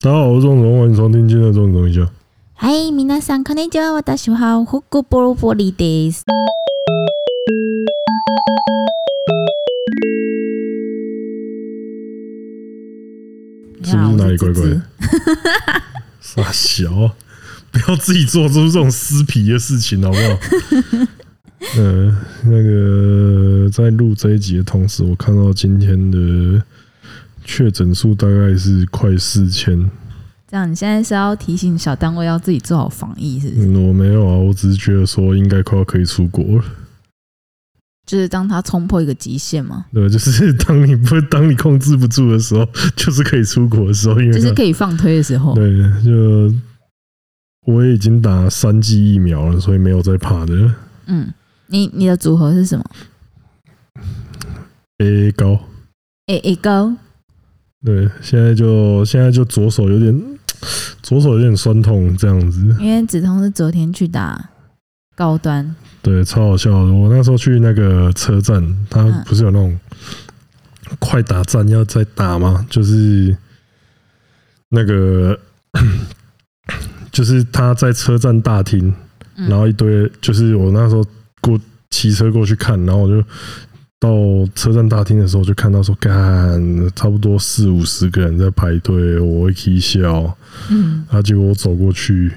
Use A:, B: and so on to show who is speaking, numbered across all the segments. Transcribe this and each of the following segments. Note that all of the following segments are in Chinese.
A: 大家好，我是钟总，欢迎收听今天的钟总一下。
B: 嗨，皆さんこんにちは。私はホクボロボリです。
A: 是不是哪里怪怪的？ 傻小啊，不要自己做出这种撕皮的事情，好不好？ 呃，那个在录这一集的同时，我看到今天的确诊数大概是快四千。
B: 这样，你现在是要提醒小单位要自己做好防疫，是不是？
A: 嗯，我没有啊，我只是觉得说应该快要可以出国了。
B: 就是当它冲破一个极限嘛，
A: 对，就是当你不当你控制不住的时候，就是可以出国的时候，因为
B: 就是
A: 它
B: 可以放推的时候。
A: 对，就我也已经打三剂疫苗了，所以没有在怕的了。
B: 嗯，你你的组合是什么
A: A 高，
B: ？A A 高，
A: 对，现在就现在就左手有点左手有点酸痛这样子，
B: 因为子通是昨天去打高端，
A: 对，超好笑的。我那时候去那个车站，它
B: 嗯
A: 不是有那种快打站要再打吗？就是那个 就是他在车站大厅，
B: 嗯
A: 然后一堆就是我那时候过骑车过去看，然后我就到车站大厅的时候，就看到说干差不多四五十个人在排队，我会起笑。
B: 嗯，
A: 然后结果我走过去，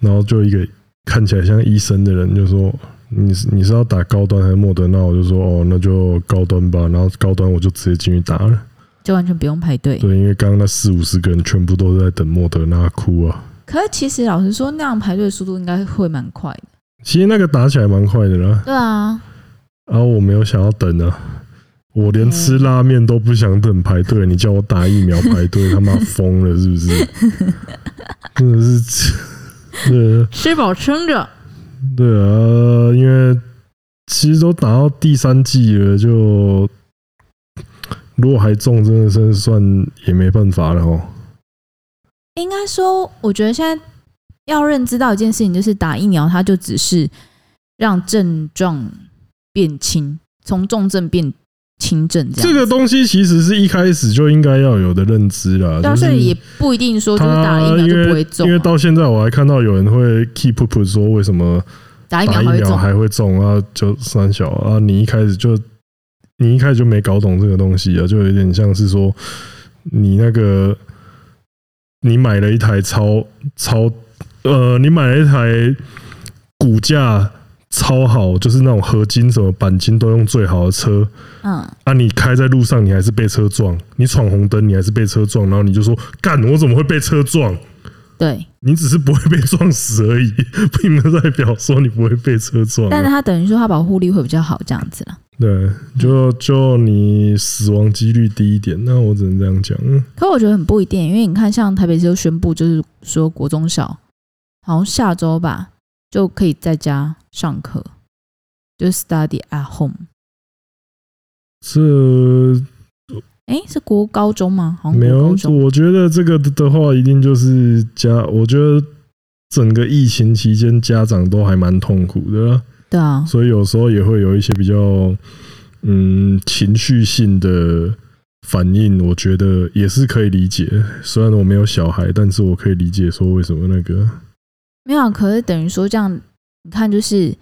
A: 然后就一个看起来像医生的人就说：“你是你是要打高端还是莫德纳？”我就说：“哦，那就高端吧。”然后高端我就直接进去打了。
B: 就完全不用排队。
A: 对，因为刚刚那四五十个人全部都是在等莫德纳哭啊。
B: 可是其实老实说，那样排队的速度应该会蛮快的。
A: 其实那个打起来蛮快的啦，
B: 对啊，
A: 然、后我没有想要等啊，我连吃拉面都不想等排队，你叫我打疫苗排队，他妈疯了是不是？真的是，对啊
B: 吃饱撑着。
A: 对啊，因为其实都打到第三季了，就如果还中，真的是算也没办法了哦。
B: 应该说，我觉得现在要认知到一件事情，就是打疫苗它就只是让症状变轻，从重症变轻症这样。
A: 这个东西其实是一开始就应该要有的认知啦，
B: 对啊，
A: 就
B: 所
A: 是
B: 以也不一定说就是打
A: 他
B: 了疫苗
A: 因
B: 就
A: 为
B: 不会中
A: 因为
B: 啊、
A: 到现在我还看到有人会 keep up 说为什么
B: 打疫
A: 打
B: 苗
A: 疫
B: 还会
A: 苗
B: 中。
A: 还会中啊，就三小啊，你一开始就你一开始就没搞懂这个东西啊，就有点像是说你那个你买了一台超超呃，你买了一台骨架超好，就是那种合金什么钣金都用最好的车
B: 嗯，
A: 啊，你开在路上你还是被车撞，你闯红灯你还是被车撞，然后你就说干我怎么会被车撞？
B: 对，
A: 你只是不会被撞死而已，并不代表说你不会被车撞、啊。
B: 但是它等于说它保护力会比较好，这样子啦。
A: 对，就
B: 嗯
A: 就你死亡几率低一点，那我只能这样讲。嗯
B: 可我觉得很不一定，因为你看，像台北市就宣布，就是说国中小好像下周吧就可以在家上课，就 study at home。
A: 这
B: 哎，是国高中吗？好像
A: 没
B: 国
A: 有
B: 高，中。
A: 我觉得这个的话，一定就是家，我觉得整个疫情期间，家长都还蛮痛苦的啦，
B: 对啊，
A: 所以有时候也会有一些比较嗯情绪性的反应，我觉得也是可以理解。虽然我没有小孩，但是我可以理解说为什么那个
B: 没有啊，可是等于说这样，你看，就是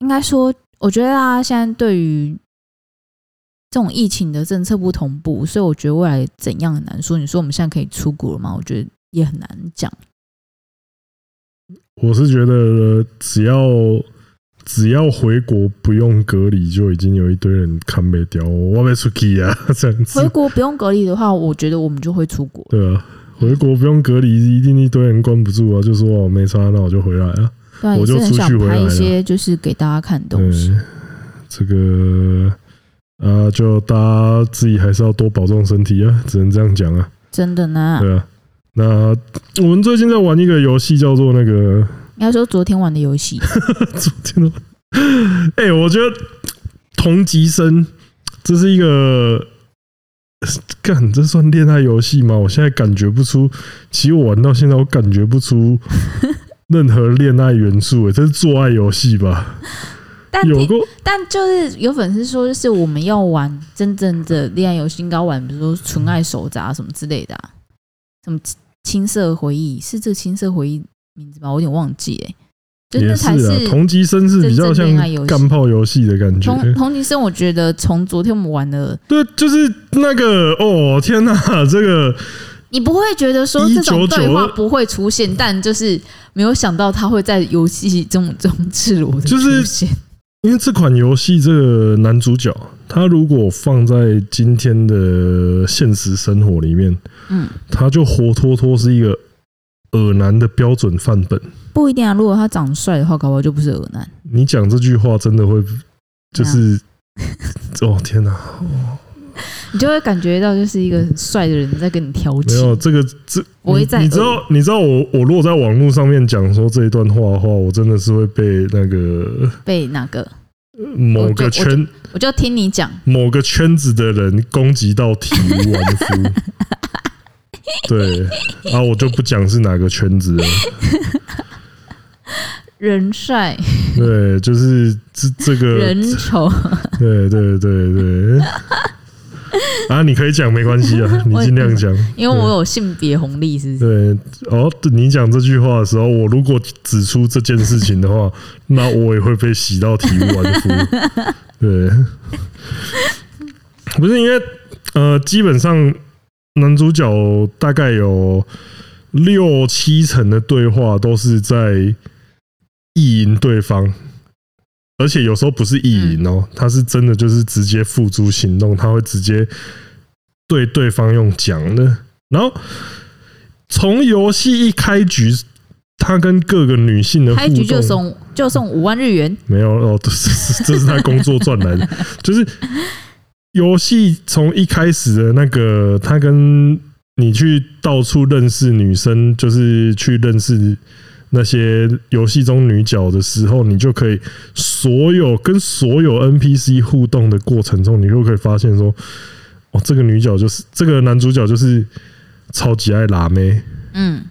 B: 应该说，我觉得大家现在对于这种疫情的政策不同步，所以我觉得未来怎样很难说。你说我们现在可以出国了吗？我觉得也很难讲。
A: 我是觉得呃只要只要回国不用隔离，就已经有一堆人看不掉，我被出去啊， 这样
B: 回
A: 子，
B: 国不用隔离的话，我觉得我们就会出国。
A: 对啊，回国不用隔离，一定一堆人关不住啊，就说哦没差，那我就回来啊。
B: 对啊，
A: 我
B: 也
A: 就是
B: 很
A: 出
B: 想
A: 去回
B: 拍
A: 来
B: 一
A: 了
B: 些就是给大家看的
A: 对
B: 东西。，
A: 这个啊，就大家自己还是要多保重身体啊，只能这样讲啊，
B: 真的呢，
A: 对啊。那我们最近在玩一个游戏，叫做那个
B: 应该说昨天玩的 游戏，
A: 昨天的， 哎、我觉得同级生这是一个，干这算恋爱游戏吗？我现在感觉不出，其实我玩到现在，我感觉不 出任何恋爱元素、哎，这是做爱游戏吧？
B: 但
A: 有过
B: 但就是有粉丝说，就是我们要玩真正的恋爱游戏，应该玩比如说纯爱手札什么之类的、啊。什么青青涩回忆，是这个青涩回忆名字吗？我有点忘记哎、就
A: 也
B: 那才
A: 啊，同级生是比较
B: 真正
A: 像
B: 恋爱游戏
A: 干炮游戏的感觉。
B: 同同级生，我觉得从昨天我们玩的，
A: 对，就是那个哦，天哪、这个
B: 你不会觉得说
A: 1992
B: 这种对话不会出现，但就是没有想到它会在游戏中中赤裸的
A: 就是
B: 出现。
A: 因为这款游戏这个男主角，他如果放在今天的现实生活里面，
B: 嗯，
A: 他就活脱脱是一个耳男的标准范本。
B: 不一定啊。如果他长得帅的话，搞不好就不是恶男。
A: 你讲这句话真的会，就是、
B: 啊
A: 哦天哪、
B: 你就会感觉到就是一个很帅的人在跟你挑
A: 没
B: 起。
A: 有这个这，
B: 我会
A: 你
B: 在
A: 你知道你知道我我如果在网络上面讲说这一段话的话，我真的是会被那个
B: 被哪个？
A: 呃某
B: 我
A: 个
B: 就
A: 圈
B: 我就听你讲，
A: 某个圈子的人攻击到体无完肤。对，啊，我就不讲是哪个圈子了。
B: 人帅
A: 对，就是这这个
B: 人 丑，
A: 对对对对。啊，你可以讲没关系啊，你
B: 我也
A: 尽量讲。
B: 因为我有性别红利，是不是？
A: 对，哦，你讲这句话的时候，我如果指出这件事情的话，那我也会被洗到体无完肤。对，不是因为呃，基本上男主角大概有六七成的对话都是在意淫对方。而且有时候不是意淫哦，他是真的就是直接付诸行动，他会直接对对方用讲的。然后从游戏一开局，他跟各个女性的互
B: 开
A: 动，
B: 局就送就送五万日元，
A: 没有哦，这是这是他工作赚来的，就是游戏从一开始的那个，他跟你去到处认识女生，就是去认识那些游戏中女角的时候，你就可以所有跟所有 NPC 互动的过程中，你就可以发现说，哦，这个女角就是这个男主角就是超级爱辣妹，
B: 嗯，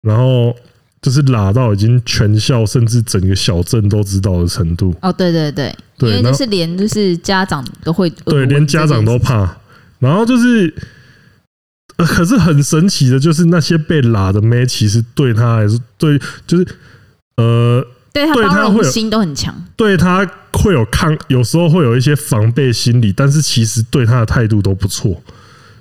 A: 然后就是辣到已经全校甚至整个小镇都知道的程度。
B: 哦，对对对，
A: 对
B: 因为
A: 然
B: 就
A: 后
B: 是连就是家长都会
A: 对，连家长都怕。然后就是，呃可是很神奇的，就是那些被拉的妹，其实对他来说，对，就是呃，
B: 对他
A: 对他
B: 包容
A: 会有
B: 心都很强，
A: 对他会有抗，有时候会有一些防备心理，但是其实对他的态度都不错。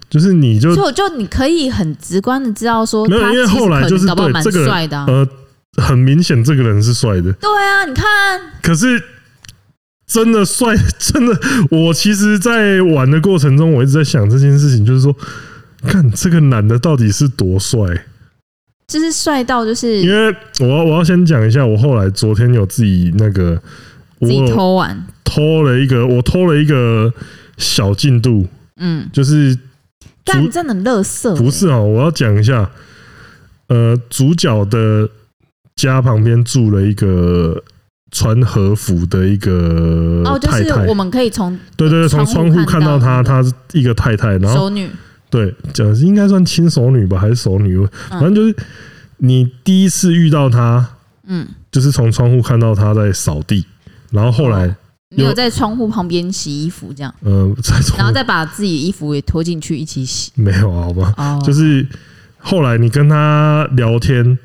A: 就是你就
B: 所以我就你可以很直观的知道说，
A: 没有
B: 他
A: 因为
B: 其实
A: 后来
B: 可能
A: 就是
B: 搞不好
A: 对
B: 蛮
A: 这个人
B: 帅的啊，
A: 呃，很明显这个人是帅的，
B: 对啊，你看，
A: 可是真的帅， 真的，我其实，在玩的过程中，我一直在想这件事情，就是说，看这个男的到底是多帅。
B: 就是帅到就是
A: 因为我要我要先讲一下，我后来昨天有自己那个，我
B: 自己
A: 有
B: 偷玩，
A: 偷了一个，我偷了一个小进度，
B: 嗯，
A: 就是
B: 但
A: 主
B: 真的乐色、
A: 不是哦，我要讲一下，呃，主角的家旁边住了一个穿和服的一个
B: 哦，就
A: 呃太
B: 是
A: 太
B: 我，们可以从
A: 对对对，从
B: 窗
A: 窗
B: 户
A: 户
B: 看
A: 看到
B: 到
A: 她，她是一个太太，然后
B: 熟女，
A: 对，讲应该算亲熟女吧，还是熟女？
B: 嗯
A: 反正就是你第一次遇到她，
B: 嗯，
A: 就是从窗户看到她在扫地，然后后来
B: 哦，你有
A: 有
B: 在窗户旁边洗衣服这样，
A: 呃，在从
B: 哦然后再把自己衣服也拖进去一起洗。
A: 没有啊好吧？
B: 哦，
A: 就是后来你跟她聊天，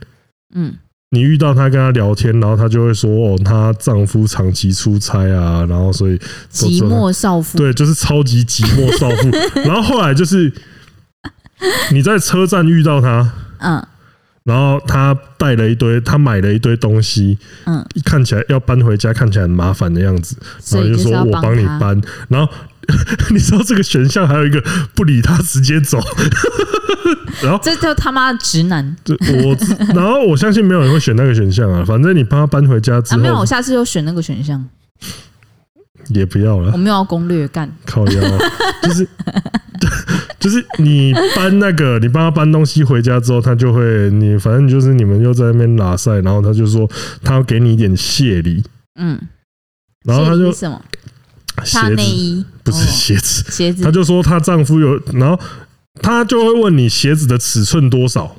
B: 嗯，
A: 你遇到她跟她聊天，然后她就会说，哦，她丈夫长期出差啊，然后所以
B: 嗯寂寞少妇，
A: 对，就是超级寂寞少 妇。然后后来就是你在车站遇到她。
B: 嗯
A: 然后他带了一堆，他买了一堆东西，
B: 嗯，
A: 看起来要搬回家，看起来很麻烦的样子，然
B: 所
A: 后
B: 以
A: 就
B: 就是
A: 说
B: 要
A: 我帮你
B: 他。
A: 搬，然后 你知道这个选项还有一个不理他直接走，然后
B: 这就他妈的直男啊
A: 这我知然后我相信没有人会选那个选项啊，反正你帮他搬回家之
B: 啊！没有，
A: 后
B: 我下次就选那个选项，
A: 也不要
B: 我
A: 了，
B: 没有要攻略干。
A: 靠腰，啊就是 就是你搬那个，你帮他搬东西回家之后，他就会你反正就是你们又在那边拉塞，然后他就说他要给你一点谢礼。
B: 嗯，
A: 然后她
B: 所以
A: 就是
B: 什么？他
A: 鞋
B: 内
A: 子
B: 衣
A: 不是
B: 哦
A: 鞋子，
B: 鞋子
A: 她，就说她丈夫有，然后她就会问你鞋子的尺寸多少，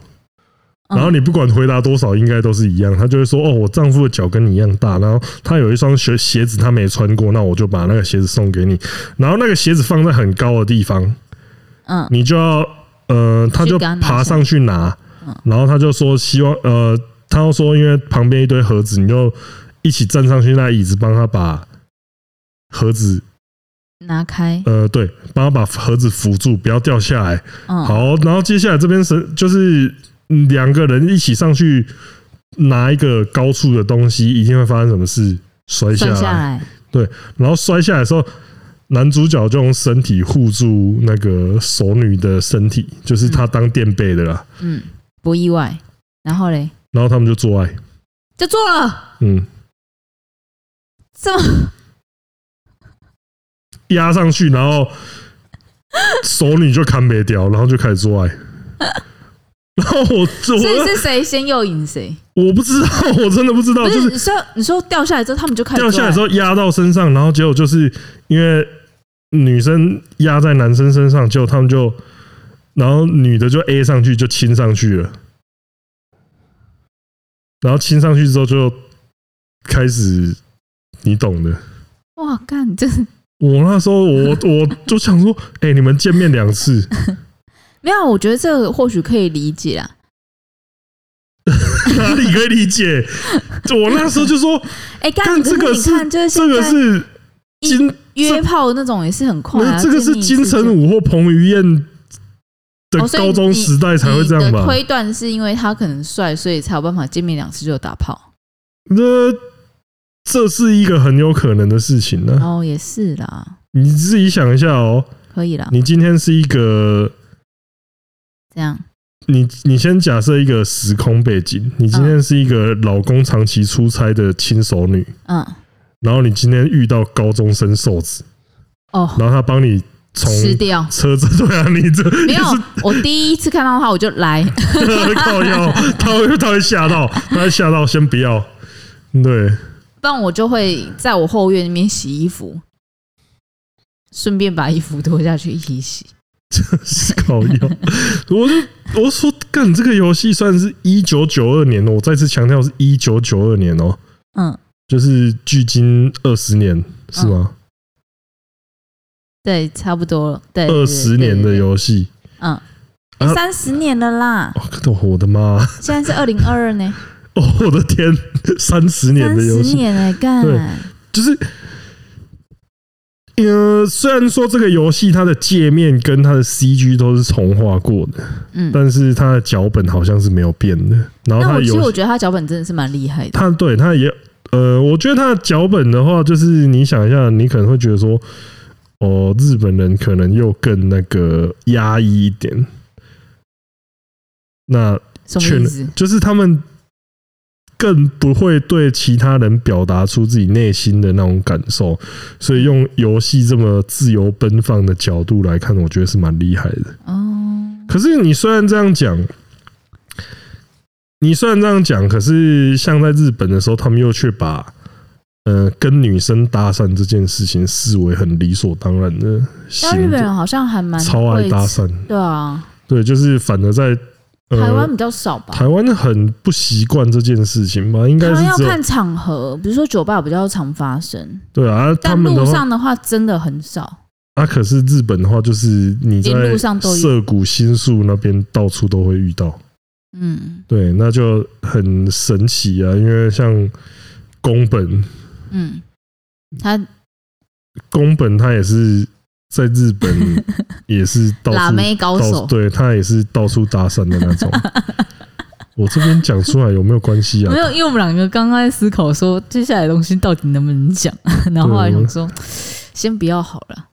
B: 嗯
A: 然后你不管回答多少，应该都是一样。她就会说哦，我丈夫的脚跟你一样大，然后他有一双鞋鞋子他没穿过，那我就把那个鞋子送给你，然后那个鞋子放在很高的地方，
B: 嗯
A: 你就要。呃，他就
B: 去给他拿
A: 爬
B: 下
A: 上去拿
B: 嗯，
A: 然后他就说希望呃，他又说因为旁边一堆盒子，你就一起站上去那椅子，帮他把盒子
B: 拿开，
A: 呃，对，帮他把盒子扶住，不要掉下来。
B: 嗯，
A: 好，然后接下来这边是就是嗯两个人一起上去拿一个高处的东西，一定会发生什么事？摔下
B: 摔下
A: 来。
B: 来，
A: 然后摔下来的时候，男主角就用身体护住那个熟女的身体，就是他当垫背的啦。
B: 嗯，不意外。然后嘞，
A: 然后他们就做爱，
B: 就做了，
A: 嗯，
B: 这么
A: 压上去，然后熟女就砍没掉，然后就开始做爱。然后我这
B: 所以
A: 我
B: 是谁先诱引 谁？
A: 我不知道，我真的不知道，
B: 不，
A: 嗯就是是
B: 你说你说掉下来之后，他们就开始
A: 掉下来之
B: 做爱
A: 后压到身上，然后结果就是因为女生压在男生身上，结果他们就，然后女的就 A 上去就亲上去了，然后亲上去之后就开始，你懂的。
B: 哇，干，你这是
A: 我那时候我我就想说，哎、你们见面两次，
B: 没有，啊我觉得这个或许可以理解啊。
A: 哪里可以理解？我那时候就 说，
B: 哎、干，
A: 干
B: 可是
A: 这个
B: 你
A: 是
B: 看，就是
A: 这个
B: 现在
A: 是金，
B: 约炮那种也是很快、啊，
A: 这个是金城
B: 武
A: 武或彭于晏的
B: 哦所以
A: 高中
B: 你
A: 时代才会这样吧？
B: 推断是因为他可能帅，所以才有办法见面两次就打炮。
A: 那这是一个很有可能的事情呢、
B: 哦，也是啦，
A: 你自己想一下哦，
B: 可以啦，
A: 你今天是一个，
B: 这样
A: 你你先假设一个时空背景，你今天是一个老公长期出差的亲手女，
B: 嗯
A: 然后你今天遇到高中生瘦子，
B: 哦，
A: 然后他帮你从
B: 吃掉。
A: 车子对啊， 你这
B: 没
A: 也
B: 有
A: 是，
B: 我第一次看到他我就来，
A: 靠腰，他会他会吓到，他会吓到，先不要，对，
B: 不然我就会在我后院那边洗衣服，顺便把衣服脱下去一起洗。
A: 是烤腰，我就我就说，干这个游戏算是一九九二年哦，我再次强调是一九九二年哦，
B: 嗯，
A: 就是距今二十年是吗？
B: 对，差不多了，嗯对，
A: 二十年的游戏，啊
B: 哎三十年 了啦，
A: 哦，可我的妈！
B: 现在是二零二二呢，
A: 哦，我的天，三十年
B: 三
A: 的游
B: 十
A: 戏，
B: 年哎、
A: 对
B: 干，
A: 就是。呃，虽然说这个游戏它的界面跟它的 CG 都是重画过的，
B: 嗯，
A: 但是它的脚本好像是没有变的。然后
B: 那
A: 它
B: 我
A: 的
B: 其
A: 游
B: 实
A: 戏
B: 我觉得他脚本真的是蛮厉害的，
A: 他对他也呃，我觉得他的脚本的话，就是你想一下，你可能会觉得说，哦，日本人可能又更那个压抑一点。那
B: 什么
A: 确
B: 意
A: 认
B: 思？
A: 就是他们更不会对其他人表达出自己内心的那种感受，所以用游戏这么自由奔放的角度来看，我觉得是蛮厉害的。
B: 哦，
A: 可是你虽然这样讲，你虽然这样讲，可是像在日本的时候，他们又却把呃跟女生搭讪这件事情视为很理所当然的
B: 但日
A: 行
B: 本
A: 为，
B: 人好像还蛮
A: 超爱
B: 会
A: 搭讪。
B: 对啊，
A: 对，就是反而在
B: 台湾
A: 呃
B: 比较少吧。
A: 台湾很不习惯这件事情吧，应
B: 台
A: 该
B: 湾
A: 是
B: 要
A: 只有
B: 看场合，比如说酒吧比较常发生，
A: 对啊，他
B: 但
A: 们的
B: 路
A: 话，
B: 上的话真的很少。
A: 啊，可是日本的话，就是你在
B: 连路上都有
A: 涩谷新宿那边到处都会遇到。
B: 嗯
A: 对，那就很神奇啊！因为像宫本，
B: 嗯，他
A: 宫本他也是在日 本也是到
B: 辣
A: 处
B: 妹高
A: 到
B: 手，
A: 对他也是到处搭讪的那 种。我这边讲出来有没有关系啊
B: 没？有，因为我们两个刚刚在思考说接下来的东西到底能不能讲， 然后后来想说先不要好了，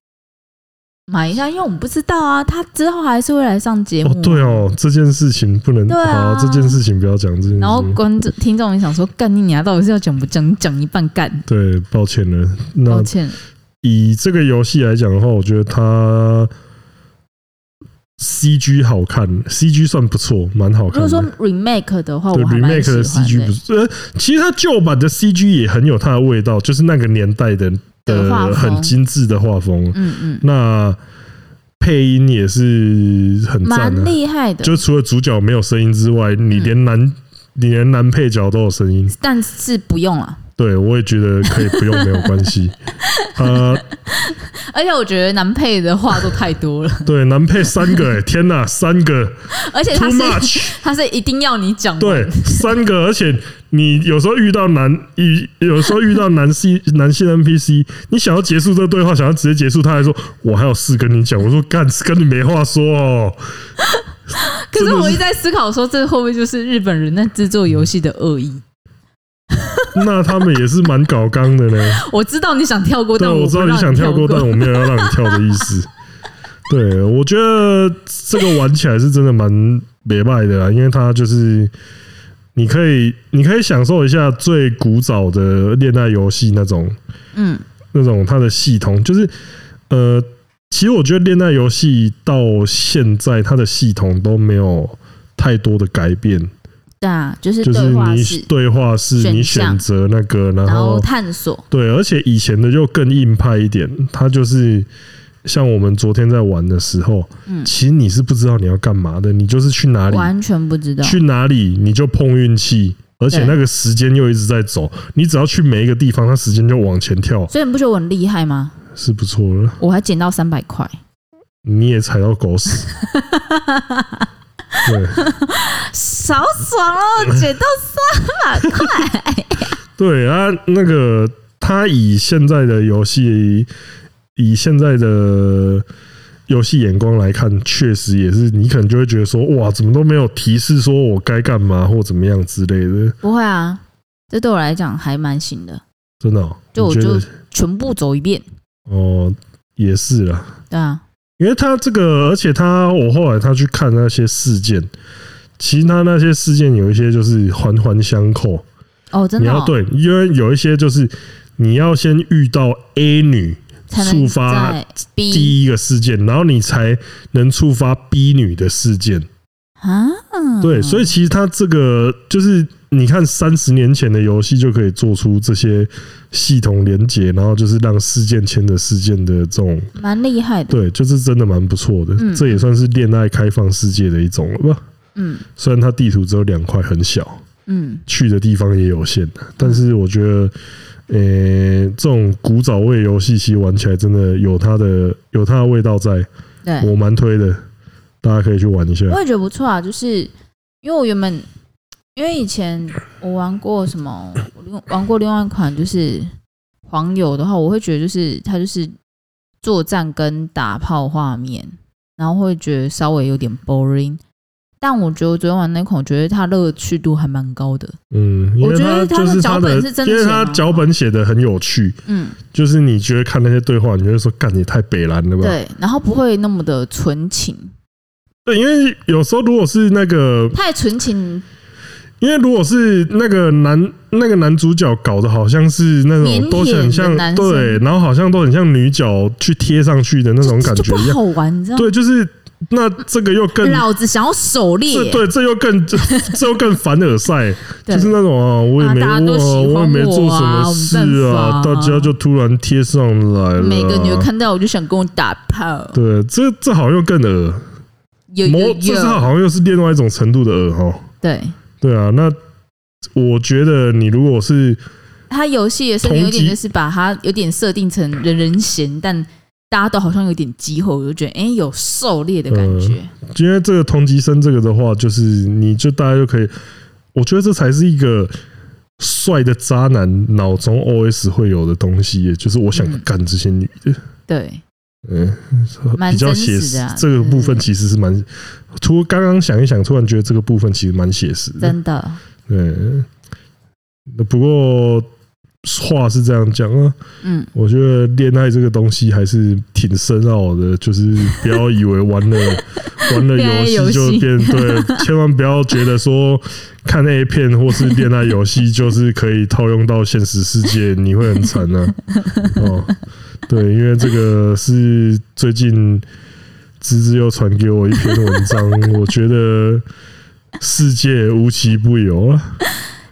B: 买一下，因为我们不知道啊，他之后还是会来上节目、
A: 哦，对。哦，这件事情不能
B: 对啊
A: 好，这件事情不要讲这件事
B: 然后
A: 情。
B: 观众听众也想说，干你娘，到底是要讲不讲？你讲一半干，
A: 对，抱歉了。那
B: 抱歉。
A: 以这个游戏来讲的话，我觉得它 CG 好看，CG 算不错，蛮好
B: 如
A: 看
B: 果
A: 的。
B: 说 remake 的话，
A: 对
B: 哦我还蛮
A: remake
B: 喜
A: 的
B: 欢
A: CG 不是，呃，其实它旧版的 CG 也很有它的味道，就是那个年代的
B: 的画
A: 呃
B: 风
A: 很精致的画风。
B: 嗯嗯，
A: 那配音也是很赞
B: 蛮
A: 的、
B: 厉害的，
A: 就除了主角没有声音之外，你
B: 嗯
A: 连男、你连男配角都有声音。
B: 但是不用了。啊
A: 对我也觉得可以不用没有关系。呃，
B: 而且我觉得男配的话都太 多了，
A: 对，男配三个、欸，天哪，三 个
B: 而且
A: too
B: 他是
A: much，
B: 他是一定要你讲完
A: 对，三个，而且你有时候遇到男遇，有时候遇到男 C 男性 NPC，你想要结束这个对话，想要直接结束，他还说我还有事跟你讲，我说干，跟你没话说哦，
B: 可
A: 真
B: 是
A: 的
B: 我一
A: 是
B: 直在思考说，这会不会就是日本人在制作游戏的恶意？
A: 那他们也是蛮搞刚的呢。
B: 我知道你想跳过，
A: 对，
B: 但
A: 我知
B: 不
A: 道你
B: 让
A: 想跳
B: 跳
A: 过，但我没有要让你跳的意思。 对，我觉得这个玩起来是真的蛮别卖的啊啦，因为它就是你可以，你可以享受一下最古早的恋爱游戏那种
B: 嗯，
A: 那种它的系统，就是呃，其实我觉得恋爱游戏到现在它的系统都没有太多的改变，
B: 对啊，就是
A: 就是
B: 对话
A: 你
B: 式，
A: 对话是你
B: 选
A: 选
B: 项
A: 择那个，然
B: 然后
A: 后
B: 探索，
A: 对，而且以前的又更硬派一点，它就是像我们昨天在玩的时候，
B: 嗯，
A: 其实你是不知道你要干嘛的，你就是去哪里
B: 完全不知道，
A: 去哪里你就碰运气，而且
B: 对
A: 那个时间又一直在走，你只要去每一个地方，它时间就往前跳，
B: 所以你不觉得我很厉害吗？
A: 是不错了。
B: 我还捡到三百块，
A: 你也踩到狗屎， 对
B: 好爽哦，捡到三百块，
A: 对啊，那个它以现在的游戏，以现在的游戏眼光来看，确实也是你可能就会觉得说，哇，怎么都没有提示说我该干嘛或怎么样之类的，
B: 不会啊，这对我来讲还蛮行的，
A: 真的、哦，
B: 就
A: 我
B: 我
A: 觉
B: 就
A: 得
B: 全部走一遍，
A: 哦，也是啦，
B: 对啊，
A: 因为他这个，而且他我后来他去看那些事件，其实他那些事件有一些就是环环相扣，
B: 哦，真
A: 你
B: 的哦、
A: 要对，因为有一些就是你要先遇到 A 女
B: 才能
A: 触发
B: 在 B
A: 第一个事件，然后你才能触发 B 女的事件。
B: 啊，
A: 对，所以其实它这个就是你看三十年前的游戏就可以做出这些系统连接，然后就是让事件牵着事件的这种，
B: 蛮厉害的，
A: 对，就是真的蛮不错的。
B: 嗯
A: 这也算是恋爱开放世界的一种了吧？
B: 嗯
A: 虽然它地图只有两块，很小，
B: 嗯，
A: 去的地方也有限的，但是我觉得，呃、这种古早味游戏其实玩起来真的有它的有它的味道在，
B: 对，
A: 我蛮推的，大家可以去玩一下。
B: 我也觉得不错啊，就是因为我原本因为以前我玩过什么，我另玩过另外一款就是黄油的话，我会觉得就是它就是作战跟打炮画面，然后会觉得稍微有点 boring。但我觉得我昨天玩那款，我觉得它乐趣度还蛮高的。
A: 嗯，因为
B: 我觉
A: 它
B: 得
A: 就
B: 它
A: 是它
B: 的脚本是真的
A: 因为
B: 写得
A: 它
B: 很好
A: 脚本写的很有趣，
B: 嗯，
A: 就是你觉得看那些对话，你就会说干也太北蓝了吧？
B: 对，然后不会那么的纯情，
A: 对，因为有时候如果是那个，
B: 太纯情
A: 因为如果是那个男那个男主角搞得好像是那
B: 腼
A: 种
B: 腆
A: 都很像
B: 的男生
A: 对，然后好像都很像女角去贴上去的那种感
B: 就
A: 觉
B: 不
A: 一样。
B: 好玩，你知道吗？
A: 对，就是那这个又更
B: 嗯老子想要狩
A: 这
B: 猎，
A: 对这又更这这又更凡尔赛，
B: 对
A: 就是那种啊，我也
B: 啊
A: 没
B: 大家都喜
A: 我
B: 欢
A: 我也没做
B: 我
A: 什
B: 啊
A: 么
B: 我没
A: 事
B: 办
A: 啊，
B: 法
A: 大
B: 啊
A: 家就突然贴上来了。
B: 每个女的看到我就想跟我打炮，
A: 对，这这好像又更恶，
B: 有有
A: 某这是
B: 有，
A: 好像又是另外一种程度的恶哈。
B: 对，
A: 对啊，那我觉得你如果是
B: 他游戏也是有
A: 同级
B: 点就是把它有点设定成人人嫌，但大家都好像有点忌讳，我就觉得哎、诶有狩猎的感觉，
A: 因为这个同级生这个的话，就是你就大家就可以，我觉得这才是一个帅的渣男脑中 OS 会有的东西耶，就是我想
B: 嗯
A: 干这些女的，
B: 对，
A: 嗯，
B: 蛮
A: 比较
B: 真
A: 写
B: 实
A: 实
B: 的、啊。
A: 这个部分
B: 对
A: 其实是蛮，除刚刚想一想，突然觉得这个部分其实蛮写实的，
B: 嗯真的，
A: 对。那不过话是这样讲啊，
B: 嗯，
A: 我觉得恋爱这个东西还是挺深奥的，就是不要以为玩了玩了
B: 恋爱
A: 游
B: 游
A: 戏就
B: 戏
A: 变对，千万不要觉得说看 A 片或是恋爱游戏就是可以套用到现实世界，你会很惨 啊。哦，对，因为这个是最近芝芝又传给我一篇文章，我觉得世界无奇不有啊。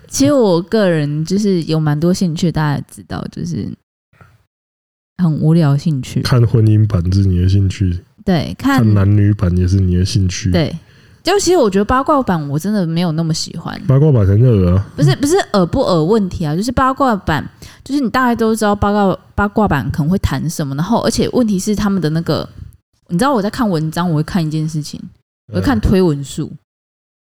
B: 其实我个人就是有蛮多兴趣，大家也知道，就是很无聊的兴趣，
A: 看婚姻版是你的兴趣，
B: 对， 看
A: 看男女版也是你的兴趣。
B: 对。就其实我觉得八卦版我真的没有那么喜欢，
A: 八卦版很热啊，
B: 不是不是恶不恶问题啊，就是八卦版，就是你大概都知道八卦八卦版可能会谈什么，然后而且问题是他们的那个，你知道我在看文章，我会看一件事情，我会看
A: 嗯
B: 推文数，
A: 哦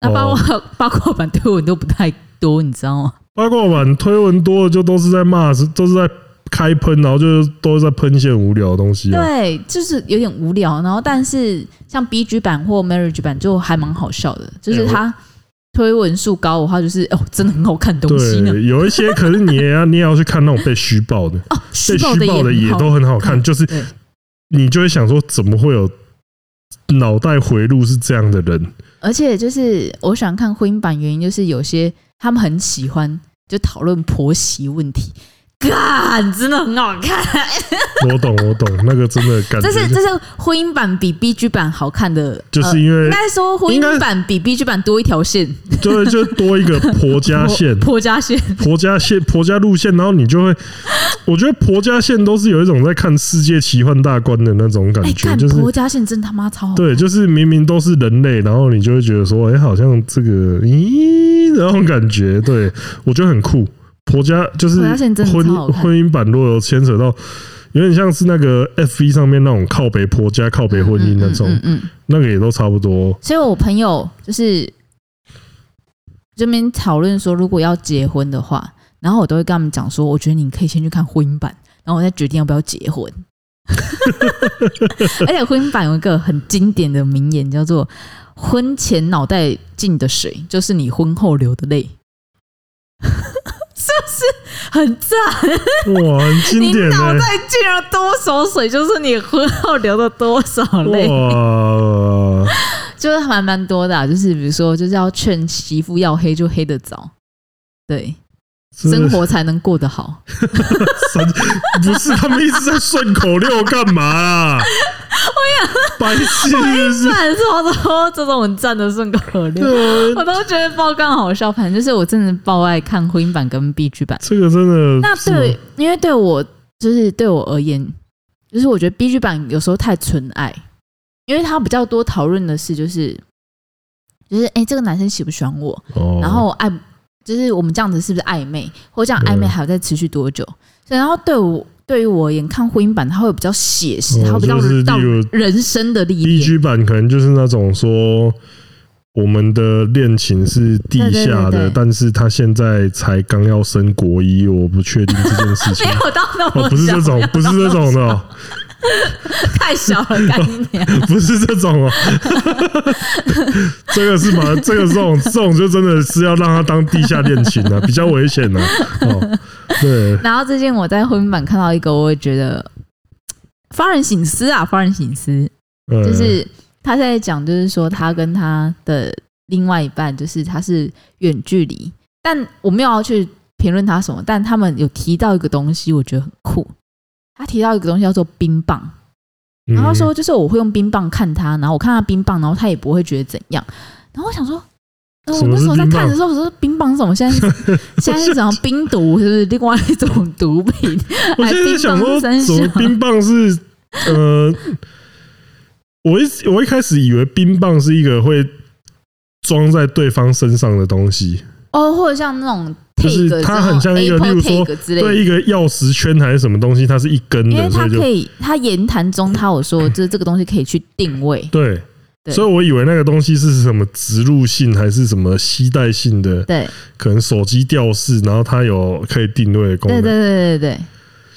B: 那八卦、八卦版推文都不太多，你知 道吗？
A: 八卦版推文多了，就都是在骂，是都是在开喷，然后就是都是在喷一些无聊的东西啊。
B: 对，就是有点无聊。然后，但是像 B G 版或 Marriage 版就还蛮好笑的，就是
A: 哎我
B: 它推文数高的话，就是哦，真的很好看的东西呢。
A: 对，有一些可是你也 要你也要去看那种被虚报的，
B: 哦，
A: 被
B: 虚报
A: 虚报的也
B: 很好嗯
A: 都很好看，
B: 看
A: 就是
B: 对
A: 你就会想说，怎么会有脑袋回路是这样的人？
B: 而且就是我想看婚姻版，原因就是有些他们很喜欢就讨论婆媳问题，干真的很好看。
A: 我懂，我懂，那个真的感觉
B: 这是
A: 就
B: 这是婚姻版比 B G 版好看的，
A: 就是
B: 呃
A: 因为
B: 应该说婚
A: 应该
B: 姻版比 B G 版多一条线，
A: 对，就多一 个婆家
B: 婆
A: 线，
B: 婆家线。
A: 婆家线、婆家路线，然后你就会，我觉得婆家线都是有一种在看世界奇幻大观的那种感
B: 哎，
A: 觉，
B: 看
A: 就是
B: 婆家线真他妈超好看
A: 对，就是明明都是人类，然后你就会觉得说，哎、好像这个，咦，那种感觉，对我觉得很酷。婆家就是
B: 婆家线真的
A: 婚
B: 超好看
A: 婚姻版，如果有牵扯到，有点像是那个 F 一上面那种靠北婆家、靠北婚姻那种，
B: 嗯嗯嗯嗯嗯
A: 那个也都差不多。
B: 所以我朋友就是这边讨论说，如果要结婚的话，然后我都会跟他们讲说，我觉得你可以先去看婚姻版，然后我再决定要不要结婚。 而且婚姻版有一个很经典的名言，叫做“婚前脑袋进的水，就是你婚后流的泪”， 是不是很赞？
A: 哇，很经典欸
B: 你脑
A: 呢、
B: 袋进了多少水，就是你婚后流了多少泪。
A: 哇，
B: 就是还蛮蛮多的、啊，就是比如说，就是要劝媳妇要黑就黑得早，对，
A: 这
B: 生活才能过得好。
A: 神不是他们一直在顺口溜干嘛啊？我也白痴是不是
B: 虽？然说都这种很赞的顺口溜，
A: 对啊
B: 我都觉得爆肝好笑。反正就是我真的爆爱看婚姻版跟 B G 版。
A: 这个真的
B: 那
A: 是
B: 对，因为对我就是对我而言，就是我觉得 B G 版有时候太纯爱，因为它比较多讨论的是就是就是哎、诶这个男生喜不喜欢我，
A: 哦
B: 然后暧，就是我们这样子是不是暧昧，或这样暧昧
A: 嗯
B: 还要再持续多久？所以，然后对我对于我而言，看婚姻版它会比较写实，
A: 哦
B: 它会比较
A: 就是
B: 到
A: 例如
B: 人生的历
A: B
B: 练。
A: G 版可能就是那种说我们的恋情是地下的，
B: 对对对对
A: 但是他现在才刚要升国一，我不确定这件事情
B: 没。有到那么小、
A: 哦，不是这种
B: 没有，
A: 不是这种的哦，
B: 太小了，干你娘！
A: 不是这种哦，这个是嘛？这个这种这种就真的是要让他当地下恋情啊 了、比较危险了、哦，对，
B: 然后最近我在婚姻版看到一个，我也觉得发人省思啊，发人省思。
A: 呃
B: 就是他在讲，就是说他跟他的另外一半，就是他是远距离，但我没有要去评论他什么，但他们有提到一个东西，我觉得很酷。他提到一个东西叫做冰棒，
A: 嗯
B: 然后说就是我会用冰棒看他，然后我看他冰棒，然后他也不会觉得怎样。然后我想说，呃我
A: 什么
B: 那
A: 是
B: 时候在
A: 冰棒
B: 看的时候，我说冰棒是什么？现在是现在是什么冰毒？是不是另外一种毒品？
A: 我现在想说，
B: 还
A: 什么
B: 冰棒是三小
A: 冰棒是呃，我一我一开始以为冰棒是一个会装在对方身上的东西，
B: 哦，或者像那种 tag
A: 就
B: 之
A: 是
B: 后，
A: 它很像一个
B: Apple
A: 例如说
B: tag 之类的
A: 对一个钥匙圈还是什么东西，它是一根
B: 因为
A: 的，嗯所
B: 他
A: 以就
B: 可以，他言谈中他有说，就是这个东西可以去定位，
A: 对。
B: 对
A: 所以我以为那个东西是什么植入性还是什么吸带性的，
B: 对，
A: 可能手机吊饰，然后它有可以定位的功
B: 对对
A: 能。
B: 对对对。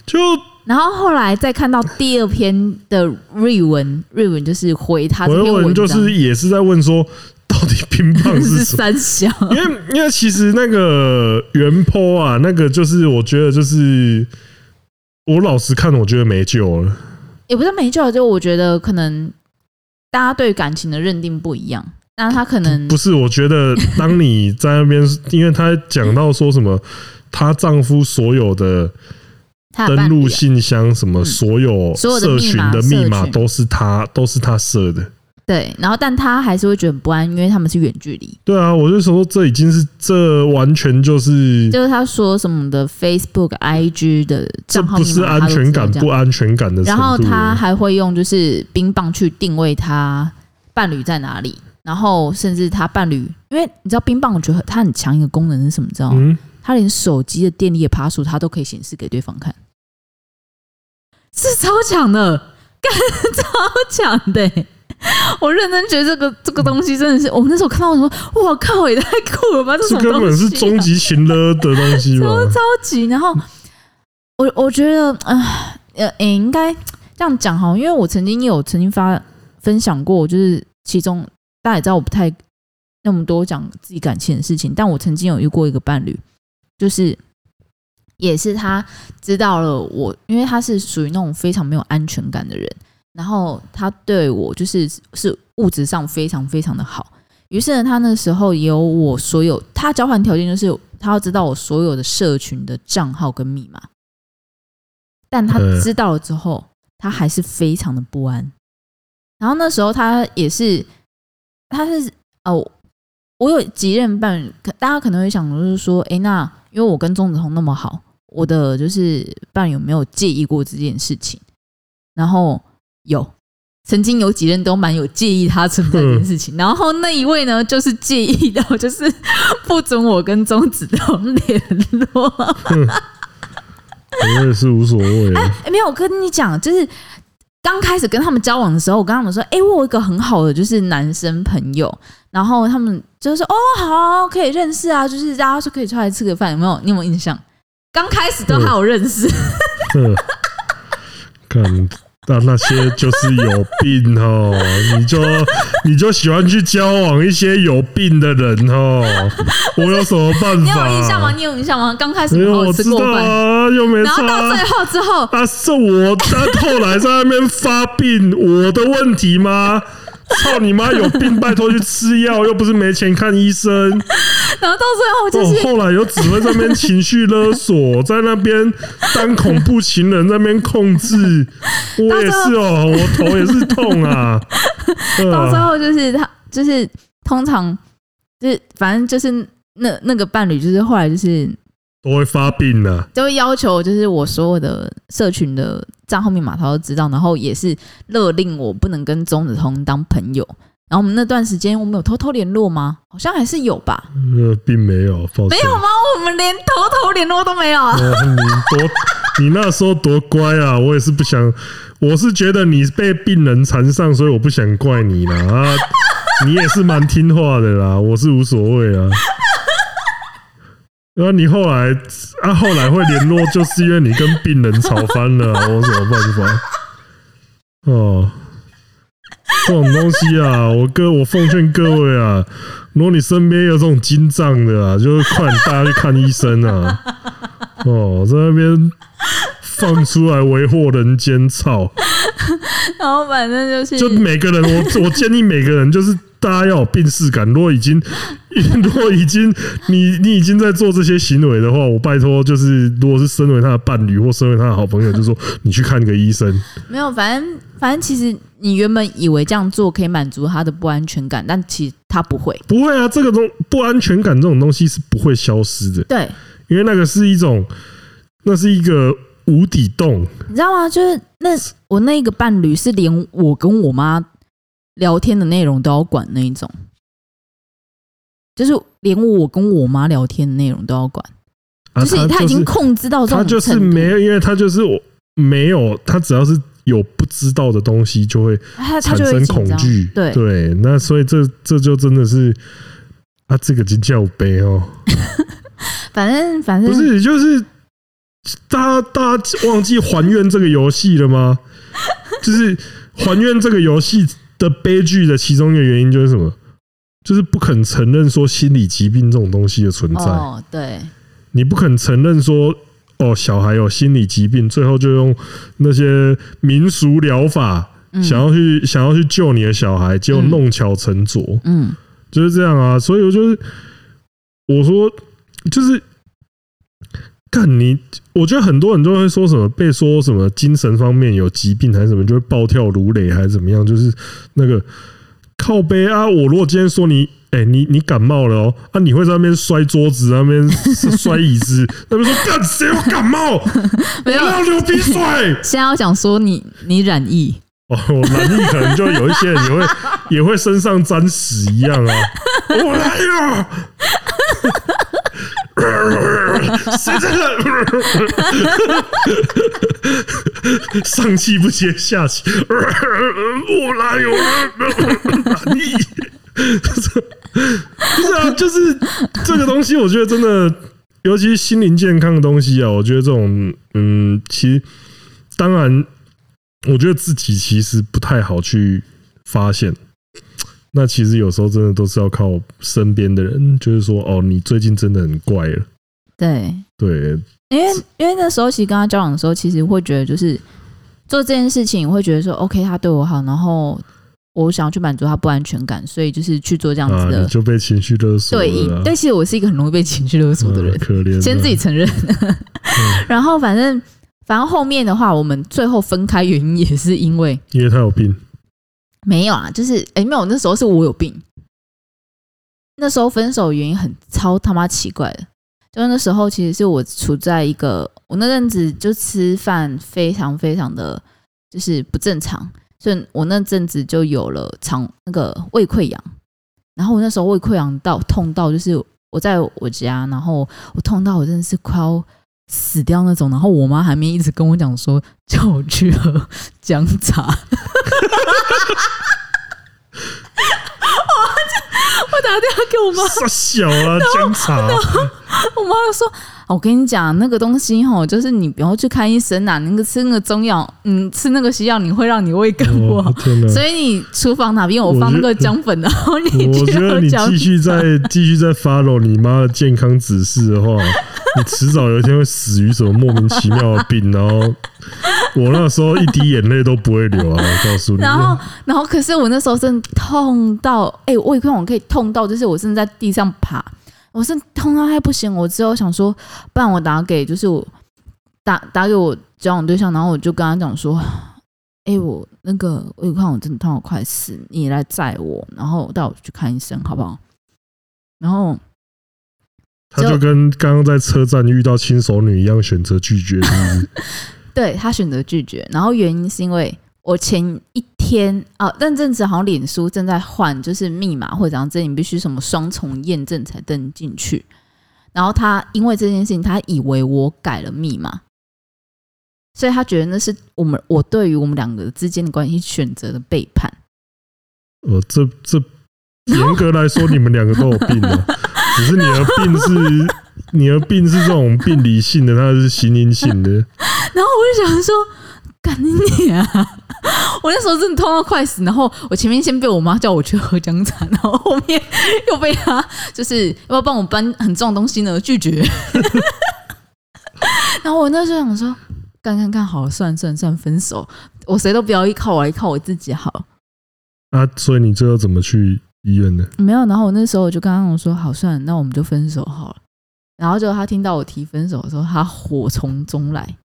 A: 就
B: 然后后来再看到第二篇的瑞文，瑞文就是回他这篇
A: 我
B: 文
A: 文
B: 章，
A: 就是也是在问说，到底冰棒是
B: 是啊
A: 什么？
B: 三小，
A: 因为因为其实那个原坡啊，那个就是我觉得就是我老实看，我觉得没救了。
B: 也不是没救，就我觉得可能大家对感情的认定不一样，那他可能
A: 不是，我觉得当你在那边，因为她讲到说什么，她丈夫所有的
B: 他
A: 登
B: 的伴侣
A: 录
B: 啊
A: 信箱，什么
B: 嗯
A: 所有
B: 所有的
A: 社
B: 密
A: 群
B: 码
A: 的
B: 社
A: 密码
B: 群
A: 都是她都是她设的。
B: 对，然后但他还是会觉得很不安，因为他们是远距离，
A: 对啊，我就说这已经是这完全就是
B: 就是他说什么的 Facebook、IG 的
A: 这
B: 账号
A: 不
B: 密
A: 是
B: 码，
A: 安
B: 他都知道
A: 全感
B: 这样
A: 不安全感的程
B: 然
A: 度
B: 后
A: 了。
B: 他还会用就是冰棒去定位他伴侣在哪里，然后甚至他伴侣，因为你知道冰棒，我觉得它很强一个功能是什么？你知道吗？
A: 嗯，
B: 它他连手机的电力的趴数他都可以显示给对方看，是超强的，干超强的欸、我认真觉得这个这个东西真的是，我那时候看到我说，哇靠，也太酷了吧！这什
A: 这
B: 么
A: 根
B: 东
A: 本是
B: 西啊
A: 终极情勒的东西吧？
B: 超超级。然后我我觉得，唉呃，诶、应该这样讲哈，因为我曾经也有曾经发分享过，就是其中大家也知道我不太那么多讲自己感情的事情，但我曾经有遇过一个伴侣，就是。也是他知道了我，因为他是属于那种非常没有安全感的人，然后他对我就是是物质上非常非常的好，于是呢，他那时候也有我所有，他交换条件就是他要知道我所有的社群的账号跟密码，但他
A: 嗯
B: 知道了之后，他还是非常的不安。然后那时候他也是，他是哦，我有几任伴侣，可大家可能会想就是说，诶，那因为我跟钟子彤那么好，我的就是伴侣有没有介意过这件事情？然后有，曾经有几任都蛮有介意他存在这件事情，然后那一位呢，就是介意到就是 不准我跟钟子彤联络。
A: 我也是无所 谓了。
B: 诶没有，我跟你讲，就是刚开始跟他们交往的时候，我跟他们说，哎、我有一个很好的就是男生朋友，然后他们就说，哦，好啊、可以认识啊，就是大家说可以出来吃个饭，有没有？你有没有印象？刚开始都还有认识，
A: 嗯，看那那些就是有病哦，你就你就喜欢去交往一些有病的人哦，我有什么办法？
B: 你有印象吗？你有印象吗？刚开始
A: 没
B: 没
A: 有，
B: 有
A: 我
B: 吃
A: 知
B: 过
A: 道
B: 饭，
A: 啊，又没
B: 然后到
A: 差
B: 最。后之后，
A: 啊，是我他后来在那边发病，我的问题吗？ 操你妈！有病，拜托去吃药，又不是没钱看医生。
B: 然后到最后啊就是
A: 哦，后来有只会在那边情绪勒索，在那边当恐怖情人，在那边控 制。我也是哦，我头也是痛啊。对
B: 到最
A: 啊，
B: 后就是他，就是通常就是反正就是那那个伴侣，就是后来就是
A: 都会发病的、啊。
B: 就会要求，就是我所有的社群的账号密码他都知道，然后也是勒令我不能跟钟子通当朋友。然后我们那段时间，我们有偷偷联络吗？好像还是有吧？
A: 呃，并没有，抱歉
B: 没有吗？我们连偷偷联络都没有啊。
A: 哦你多，你那时候多乖啊！我也是不想，我是觉得你被病人缠上，所以我不想怪你啦。啊，你也是蛮听话的啦，我是无所谓啊。然后你后来啊，后来会联络，就是因为你跟病人吵翻了啊、我有什么办法？哦，这种东西啊，我哥，我奉劝各位啊，如果你身边有这种金胀的啊，就是快点带他去看医生啊。 哦，在那边放出来为祸人间，操！
B: 然后反正就是
A: 就每个人，我我建议每个人就是大家要有病视感。如果已经， 如果已经你你已经在做这些行为的话，我拜托，就是如果是身为他的伴侣或身为他的好朋友，就说你去看个医生。
B: 没有，反正反正其实你原本以为这样做可以满足他的不安全感，但其实他不会。
A: 不会啊，这个东不安全感这种东西是不会消失的，
B: 对，
A: 因为那个是一种，那是一个无底洞。
B: 你知道吗？就是那我那个伴侣是连我跟我妈聊天的内容都要管那一种，就是连我跟我妈聊天的内容都要管，
A: 啊、
B: 就是
A: 他
B: 他已经控制到这
A: 他
B: 种
A: 就是
B: 程度
A: 没，有，因为他就是我没有，他只要是有不知道的东西，就会
B: 他他
A: 产
B: 就会
A: 生
B: 紧
A: 恐
B: 张
A: 惧。
B: 对，
A: 那所以这这就真的是啊，这个就叫悲哦，
B: 反正反正哦
A: 不是，就是大家大家忘记还原这个游戏了吗？ 就是还原这个游戏的悲剧的其中一个原因就是什么？就是不肯承认说心理疾病这种东西的存在。
B: 哦，对，
A: 你不肯承认说哦，小孩有心理疾病，最后就用那些民俗疗法、
B: 嗯
A: 想要去想要去救你的小孩，结果弄巧成拙，
B: 嗯
A: 就是这样啊。所以我就是我说就是。干你！我觉得很多人都会说什么被说什么精神方面有疾病还是什么，就会暴跳如雷还是怎么样，就是那个靠背啊！我如果今天说你，哎、你你感冒了哦，啊，你会在那边摔桌子，在那边摔椅子，那边说干谁要感冒，我
B: 没有。
A: 要流鼻水。
B: 现在要讲说你你染疫，
A: 哦，男力可能就有一些人也会也会身上沾屎一样啊，我来了。谁这个上气不接下气，我哪有哪里？不是啊，就是这个东西，我觉得真的，尤其是心灵健康的东西啊，我觉得这种，嗯，其实当然，我觉得自己其实不太好去发现。那其实有时候真的都是要靠身边的人，就是说，哦，你最近真的很怪了，
B: 对，
A: 对，
B: 因为因为那时候其实跟他交往的时候，其实会觉得就是做这件事情，会觉得说 OK，他对我好，然后我想要去满足他不安全感，所以就是去做这样
A: 啊
B: 子，
A: 你
B: 的
A: 就被情绪勒索
B: 对应
A: 了啊。。
B: 但其实我是一个很容易被情绪勒索的人
A: 嗯，可怜啊，
B: 先自己承认。 然后反正反正后面的话，我们最后分开原因也是因为
A: 因为他有 病，
B: 没有啊，就是哎、没有，那时候是我有病。那时候分手的原因很超他妈奇怪的，就那时候其实是我处在一个我那阵子就吃饭非常非常的就是不正常，所以我那阵子就有了肠那个胃溃疡，然后我那时候胃溃疡到痛到就是我在我家，然后我痛到我真的是快要死掉那种，然后我妈还没一直跟我讲说叫我去喝姜茶。 我打电话给我妈，
A: 傻小啊，姜 茶，
B: 我妈就说：“啊我跟你讲，那个东西吼，就是你不要去看医生啊啦，那个吃那个中药，嗯，吃那个西药，你会让你胃更不 好
A: 哦。天哪！
B: 所以你厨房哪边有放那个姜粉，然后你
A: 我
B: 去
A: 觉
B: 喝
A: 得你
B: 姜
A: 继续
B: 茶
A: 再继续再 follow 你妈的健康指示的话， 你迟早有一天会死于什么莫名其妙的病。然后我那时候一滴眼泪都不会流啊，我告诉你。
B: 然后，然后，可是我那时候真的痛到，哎、我胃溃疡可以痛到，就是我真的在地上爬，我是痛到还不行。我之后想说，不然我打给就是我打打给我交往对象，然后我就跟他讲说，哎、我那个胃溃疡我真的痛到快死，你来载我，然后带我去看医生好不好？然后
A: 他就跟刚刚在车站遇到亲手女一样，选择拒绝，是不 是
B: 对他选择拒绝，然后原因是因为我前一天啊，那阵子好像脸书正在换，就是密码或者然后这你必须什么双重验证才登进去。然后他因为这件事情，他以为我改了密码，所以他觉得那是我们我对于我们两个之间的关系选择的背叛。
A: 呃，这这严格来说，你们两个都有病 啊，只是你的病是你的病是这种病理性的，他是心因性 的。
B: 然后我就想说，干你娘！ 我那时候真的痛到快死，然后我前面先被我妈叫我去喝姜茶，然后后面又被她就是要不要帮我搬很重的东西呢？拒绝。 然后我那时候想说，干干干，好了，算了算了算了，分手，我谁都不要依靠，我来依靠我自己好了。
A: 啊，所以你最后怎么去医院呢？
B: 没有，然后我那时候我就跟他说，好，算了，那我们就分手好了。然后就他听到我提分手的时候，他火从中来，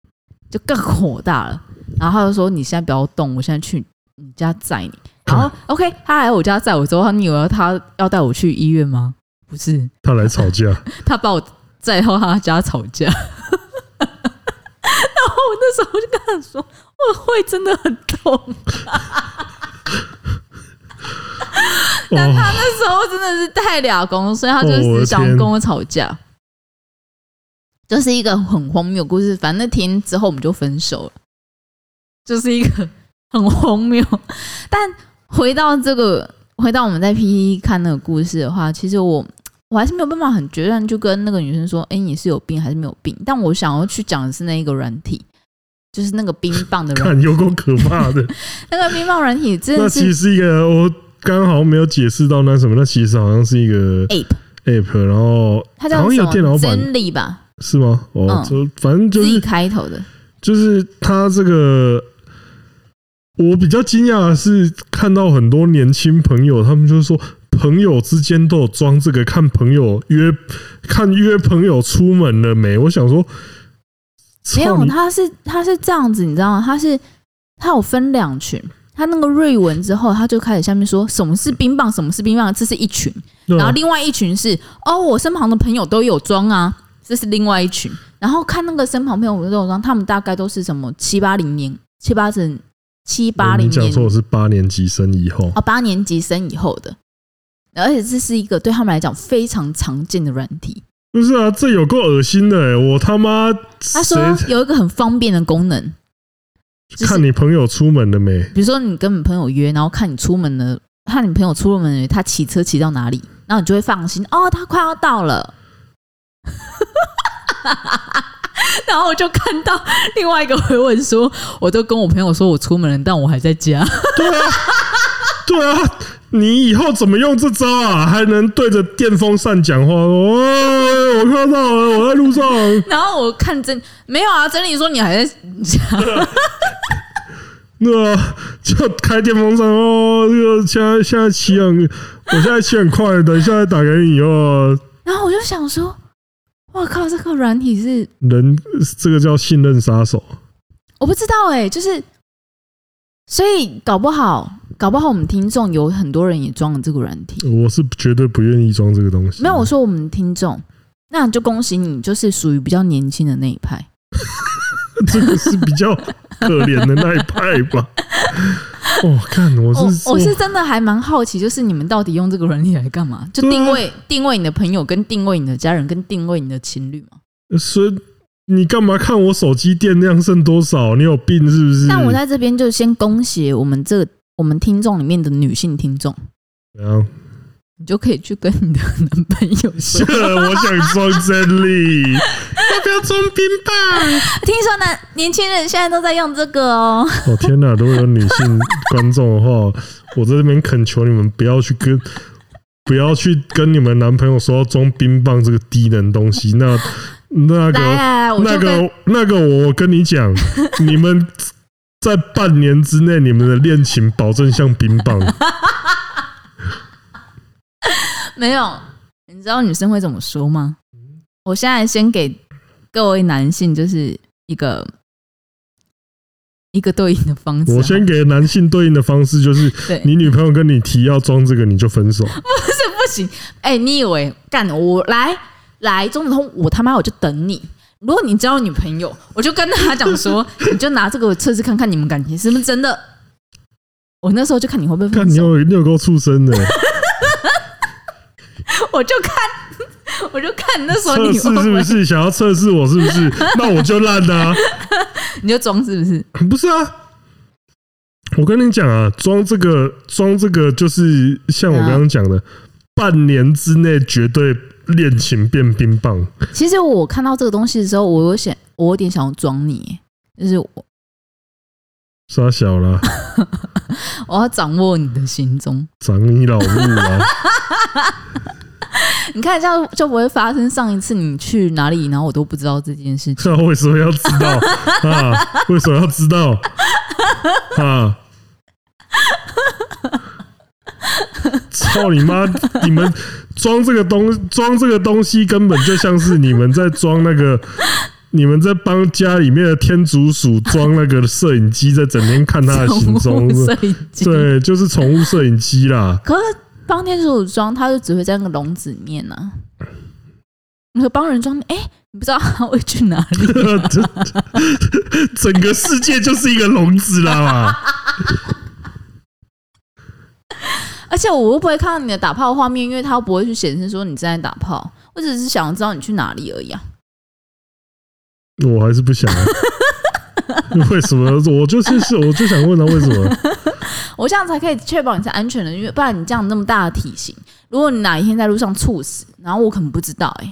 B: 就更火大了。然后他就说：“你现在不要动，我现在去你家载你。”然后 OK，他来我家载我之后，他你以为他要带我去医院吗？不是，
A: 他来吵架，哦
B: 他把我载到他家吵架。 然后我那时候就跟他说：“我会真的很痛。”但
A: 哦
B: 他那时候真的是太俩公，所以他就
A: 哦我
B: 是
A: 的
B: 想
A: 天
B: 跟我吵架，就是一个很荒谬的故事。反正那天之后我们就分手了，就是一个很荒谬。但回到这个，回到我们在 PPT 看那个故事的话，其实我我还是没有办法很决断就跟那个女生说：“哎、你是有病还是没有病？”但我想要去讲的是那一个软体，就是那个冰棒的软，
A: 看有够可怕的。
B: 那个冰棒软体真
A: 那
B: 的
A: 其实
B: 是
A: 是一个，我刚好像没有解释到那什么，那其实好像是一个
B: app，
A: app，然后
B: 它叫
A: 好像
B: 什
A: 有电脑
B: 么
A: 版
B: 真理吧，
A: 是吗？哦
B: 嗯，
A: 就反正就
B: Z
A: 是
B: 开头的。
A: 就是他这个，我比较惊讶的是看到很多年轻朋友，他们就说朋友之间都有装这个，看朋友约看约朋友出门了没？我想说，操
B: 没有，
A: 你
B: 他是他是这样子，你知道吗？他是他有分两群，他那个瑞文之后，他就开始下面说什么是冰棒，什么是冰棒，这是一群，
A: 对啊
B: 然后另外一群是哦，我身旁的朋友都有装啊，这是另外一群。然后看那个身旁朋友都有装，他们大概都是什么七八零年、七八零、七八零
A: 你讲
B: 年
A: 错，我是八年级生以后
B: 哦，八年级生以后的，而且这是一个对他们来讲非常常见的软体。
A: 不是啊，这有够恶心的、欸！我他妈，
B: 他
A: 谁
B: 说有一个很方便的功能，就是
A: 看你朋友出门了没？
B: 比如说你跟你朋友约，然后看你出门了，看你朋友出门了，他骑车骑到哪里，然后你就会放心哦，他快要到了。 然后我就看到另外一个回文说，我都跟我朋友说我出门了，但我还在家。
A: 对啊，对啊，你以后怎么用这招啊？还能对着电风扇讲话？哦，我看到了，我在路上。
B: 然后我看真没有啊，真理说你还在家，
A: 那啊就开电风扇哦，这个现在现在骑很，我现在骑很快，等一下再打给你哦。
B: 然后我就想说，哇靠，这个软体是
A: 人这个叫信任杀手，
B: 我不知道哎、就是，所以搞不好，搞不好我们听众有很多人也装了这个软体。
A: 我是绝对不愿意装这个东西。
B: 没有，我说我们听众，那就恭喜你，就是属于比较年轻的那一派。
A: 这个是比较可怜的那一派吧。哦，看我
B: 我
A: 是
B: 我是真的还蛮好奇，就是你们到底用这个软体来干嘛？就
A: 对啊
B: 定位、定位你的朋友，跟定位你的家人，跟定位你的情侣嘛。
A: 所以你干嘛看我手机电量剩多少？你有病是不是？
B: 但我在这边就先恭喜我们这我们听众里面的女性听众，
A: 怎样？
B: 你就可以去跟你的男 朋友
A: 是，
B: 说
A: 我想装真 理，要不要装冰棒？
B: 听说呢，年轻人现在都在用这个哦。
A: 哦天哪！如果有女性观众的话，我在这边恳求你们不要去跟。不要去跟你们男朋友说要装冰棒这个低能东西，那那个
B: 来来来，我
A: 那
B: 就跟
A: 个那个，我跟你讲，你们在半年之内，你们的恋情保证像冰棒。
B: 没有，你知道女生会怎么说吗？我现在先给各位男性就是一个一个对应的方式好了。
A: 我先给男性对应的方式就是，
B: 对，哦
A: 你女朋友跟你提要装这个，你就分手。
B: 不是不行。哎、你以为干我来来钟子通，我他妈我就等你。如果你交女朋友，我就跟他讲 说，你就拿这个测试看看你们感情是不是真的。我那时候就看你会不会
A: 看
B: 分
A: 你
B: 手，
A: 有你有够畜生的，
B: 我就看，我就看 你那时候
A: 测
B: 你会
A: 试是
B: 不
A: 不
B: 会，
A: 是想要测试我是不 是？那我就烂啊啦、
B: 你就装是不是？
A: 不是啊。我跟你讲啊，装这个装这个就是像我刚刚讲的，半年之内绝对恋情变冰棒。
B: 其实我看到这个东西的时候，我有想，我有点想要装你，就是我
A: 傻小啦，
B: 我要掌握你的行踪。
A: 长你老母啊！
B: 你看这样就不会发生上一次你去哪里，然后我都不知道这 件事情。
A: 那啊为什么要知道啊？为什么要知道啊？操你妈！你们装这个东装这个东西，根本就像是你们在装那个，你们在帮家里面的天竺鼠装那个摄影机，在整天看它的行
B: 宠
A: 踪
B: 物。摄影机，
A: 对，就是宠物摄影机啦。
B: 可是帮天鼠装，它就只会在那个笼子里面呢、你说帮人装，哎、你不知道它会去哪里？
A: 整个世界就是一个笼子啦嘛。
B: 而且我又不会看到你的打炮画面，因为它不会去显示说你正在打炮。我只是想知道你去哪里而已啊！
A: 我还是不想、啊。 为什么？我就是是，我就想问他为什么？
B: 我这样才可以确保你是安全的，因为不然你这样那么大的体型，如果你哪一天在路上猝死，然后我可能不知道哎、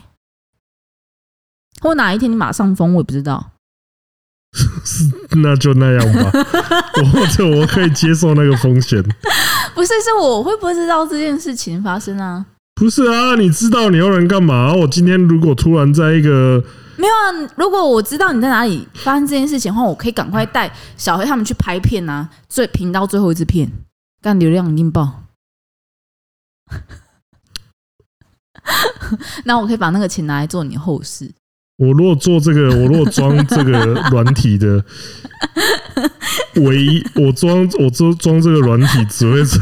B: 或哪一天你马上疯，我也不知道。
A: 那就那样吧。我这我可以接受那个风险。
B: 不是，是我会不会知道这件事情发生啊？
A: 不是啊，你知道你要人干嘛？啊我今天如果突然在一个，
B: 没有啊，如果我知道你在哪里发生这件事情的话，我可以赶快带小黑他们去拍片啊，最频道最后一支片，干流量一定爆。 那我可以把那个钱拿来做你后事，
A: 我如果做这个，我如果装这个软体的，唯一我装我装装这个软体，只会在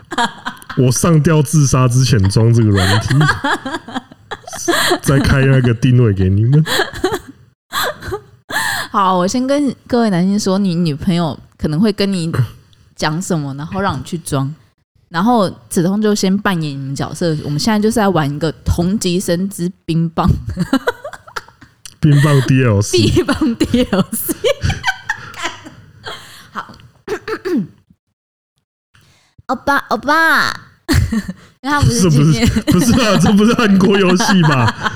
A: 我上吊自杀之前装这个软体，再开那个定位给你们。
B: 好，我先跟各位男性说，你女朋友可能会跟你讲什么，然后让你去装。然后子通就先扮演你们角色，我们现在就是在玩一个同级生之冰棒
A: 冰棒 DLC，
B: 冰棒 DLC。好， 欧巴欧巴，因为他不
A: 这
B: 是
A: 不
B: 今
A: 是
B: 年
A: 不是啊，这不是韩国游戏 吧？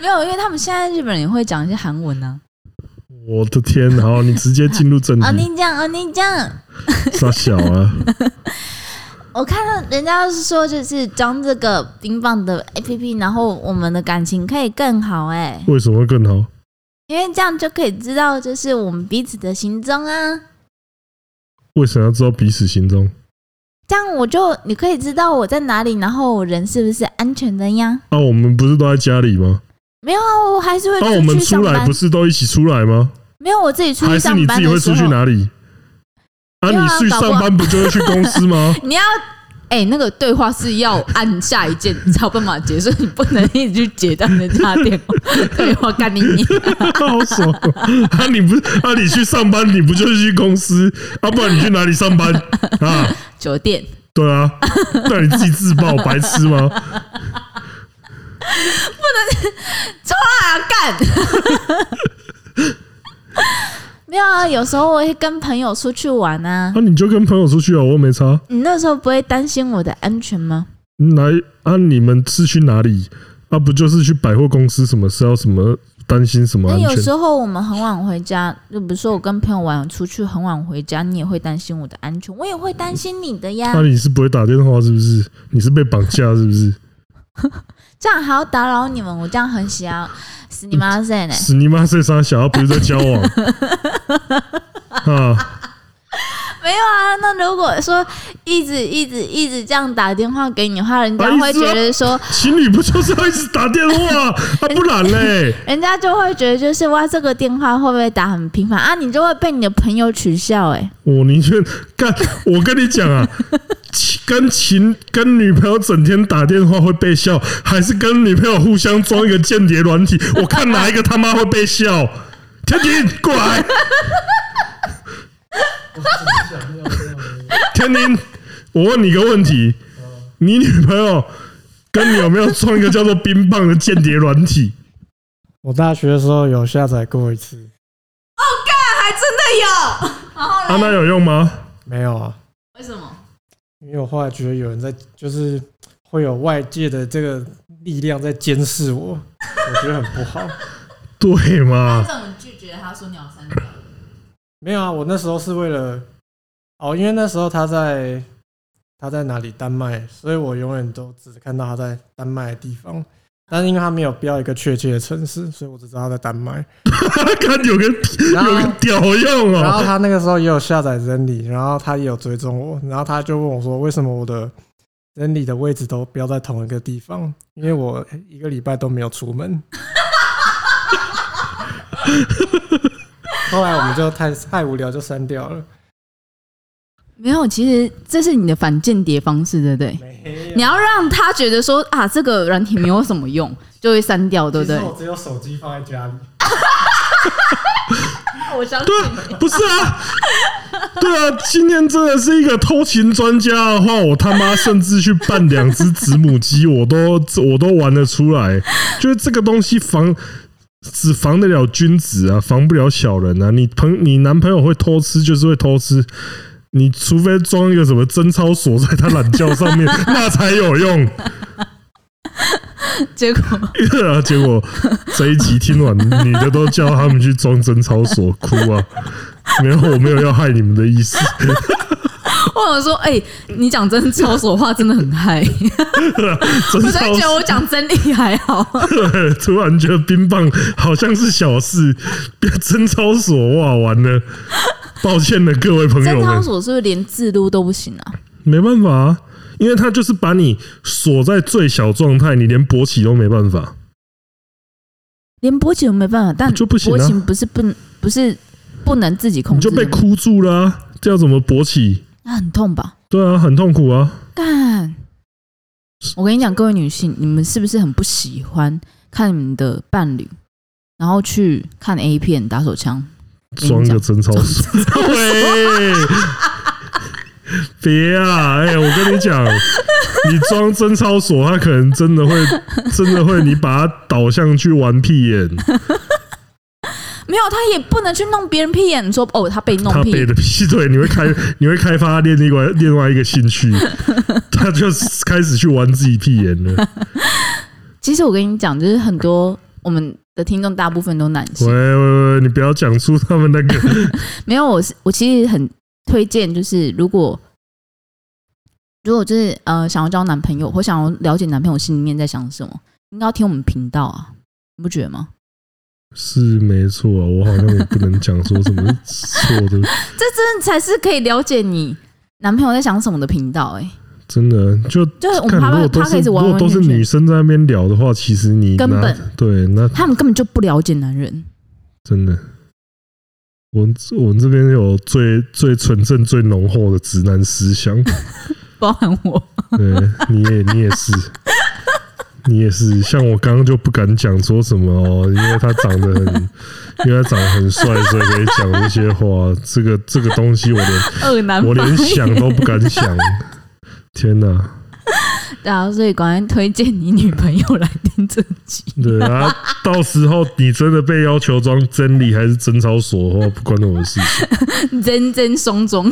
B: 没有，因为他们现在日本人也会讲一些韩文啊呢、
A: 我的天，好，你直接进入正
B: 啊。哦，
A: 题，
B: 你讲哦，你讲。
A: 傻小啊！
B: 我看到人家是说，就是装这个冰棒的 APP，然后我们的感情可以更好哎、
A: 为什么会更好？
B: 因为这样就可以知道，就是我们彼此的行踪啊。
A: 为什么要知道彼此行踪？
B: 这样我就你可以知道我在哪里，然后我人是不是安全的呀？
A: 啊，我们不是都在家里吗？
B: 没有啊，我还是会
A: 啊，我
B: 出
A: 们
B: 去
A: 出
B: 上
A: 来
B: 班
A: 不。是都一起出来吗？
B: 没有，我自己出去
A: 还是
B: 上
A: 你自
B: 班
A: 己
B: 的
A: 会
B: 时
A: 出去
B: 候，
A: 哪里？啊，
B: 没有
A: 你
B: 啊
A: 去
B: 搞不
A: 上
B: 好
A: 班不就会去公司 吗？
B: 你要哎、那个对话是要按下一键你才有办法结束，你不能一直去截断人家的电话 对话，干你你。
A: 好爽哦！啊，你不啊，你去上班，你不就是去公司？啊，不然你去哪里上班啊？
B: 酒店。
A: 对啊，那你自己自爆，白痴吗？
B: 啊干！没有啊，有时候我会跟朋友出去玩啊
A: 啊，。你就跟朋友出去啊，我又没差。
B: 你那时候不会担心我的安全吗？
A: 来啊，你们是去哪里？啊，不就是去百货公司？什么事要什么担心什么
B: 那
A: 安
B: 哎有
A: 全
B: 时？候我们很晚回家，就比如说我跟朋友玩出去很晚回家，你也会担心我的安全，我也会担心你的呀
A: 啊，。你是不会打电话是不是？你是被绑架是不是？
B: 这样还要打扰你们，我这样很想要死你妈欸塞呢！
A: 死你妈！这傻小，他不是在交 往啊？
B: 没有啊，那如果说一直一直一直这样打电话给你的话，人家
A: 啊
B: 会
A: 一直啊
B: 觉得说，
A: 情侣不就是要一直打电话啊？不然嘞？
B: 人家就会觉得就是哇，这个电话会不会打很频繁啊？你就会被你的朋友取笑哎、
A: 我宁愿 干，我跟你讲啊，情跟情跟女朋友整天打电话会被笑，还是跟女朋友互相装一个间谍软 体？我看哪一个他妈会被笑？天宁过来，天宁，我问你个问题，
C: 嗯
A: 你女朋友跟你有没有装一个叫做冰棒的间谍软体？
C: 我大学的时候有下载过一次，
B: 还真的有。然后
A: 啊，那有用吗？
C: 没有啊，
B: 为什么？
C: 因为我后来觉得有人在，就是会有外界的这个力量在监视我，我觉得很不好。
A: 对嘛？
B: 怎么拒绝他说鸟三角？
C: 没有啊，我那时候是为了哦，因为那时候他在他在哪里？丹麦，所以我永远都只看到他在丹麦的地方。但是因为他没有标一个确切的城市，所以我只知道他在丹麦。
A: 看有个有
C: 然后
A: 个屌用
C: 然
A: 哦、
C: 后他那个时候也有下载 Zenly，然后他也有追踪我，然后他就问我说，为什么我的 Zenly 的位置都标在同一个地方？因为我一个礼拜都没有出门。后来我们就太太无聊，就删掉了。
B: 没有，其实这是你的反间谍方式，对不对？
C: 没
B: 你要让他觉得说啊，这个软体没有什么用，就会删掉，对不对？
C: 只有手机放在家里。
B: 我相信
A: 对啊，不是啊，对啊，今天真的是一个偷情专家的话，我他妈甚至去办两只子母鸡，我都我都玩得出来。就是这个东西防只防得了君子啊，防不了小人啊。你朋你男朋友会偷吃，就是会偷吃。你除非装一个什么贞操锁在他懒觉上面，那才有用。
B: 结果
A: 然后啊结果这一集听完，女的都叫他们去装贞操所哭啊！没有，我没有要害你们的意思。
B: 我想说，哎、你讲真操所话真的很嗨，
A: 贞
B: 我才
A: 操
B: 觉得我讲真理还好。
A: 所突然觉得冰棒好像是小事，别贞操所哇，完了！抱歉了，各位朋友
B: 真操
A: 们，
B: 所是不是连自录都不行啊？
A: 没办法、啊，因为他就是把你锁在最小状态，你连勃起都没办法。
B: 连勃起都没办法，但
A: 就不行啊
B: 勃起不是不能不是不能自己控
A: 你
B: 制
A: 就
B: 的吗，
A: 被箍住了、啊，这要怎么勃起？
B: 那很痛吧？
A: 对啊，很痛苦啊！
B: 干！我跟你讲，各位女性，你们是不是很不喜欢看你们的伴侣，然后去看 A 片打手枪？
A: 装个贞操所，喂，别啊！哎、我跟你讲，你装真操锁，他可能真的会，真的会，你把它导向去玩屁眼，
B: 没有，他也不能去弄别人屁眼，说哦，他被弄
A: 他
B: 屁
A: 背
B: 眼，
A: 的屁对，你会开，你会开发另外另外一个兴趣，他就开始去玩自己屁眼 了。
B: 其实我跟你讲，就是很多我们的听众大部分都男
A: 喂
B: 性，
A: 喂喂，你不要讲出他们那个，
B: 没有，我是我其实很推荐，就是如果如果就是呃想要交男朋友或想要了解男朋友心里面在想什么，应该要听我们频道啊，你不觉得吗？
A: 是没错、啊，我好像也不能讲说什么是错的，
B: 这真的才是可以了解你男朋友在想什么的频道、欸，哎，
A: 真的啊就
B: 就是呃我
A: 看
B: 们
A: 如果
B: 他
A: 都
B: 他可
A: 是
B: 以一直
A: 如
B: 完
A: 果
B: 完
A: 都是
B: 全
A: 女
B: 全，
A: 生在那边聊的话，其实你
B: 根
A: 拿
B: 本
A: 对那
B: 他们根本就不了解男人。
A: 真的，我们我们这边有最最纯正、最浓厚的直男思 想，
B: 包含我，
A: 对，你也你也是，你也是。像我刚刚就不敢讲说什么哦，因为他长得 很，因为他长得很帅，所以可以讲这些话。这个这个东西，我连
B: 二男
A: 我连
B: 反应
A: 想都不敢想。天哪！
B: 对啊，所以赶快推荐你女朋友来听这集。
A: 对啊，到时候你真的被要求装真理还是贞操所的话，不关我的事 情。
B: 真真松中，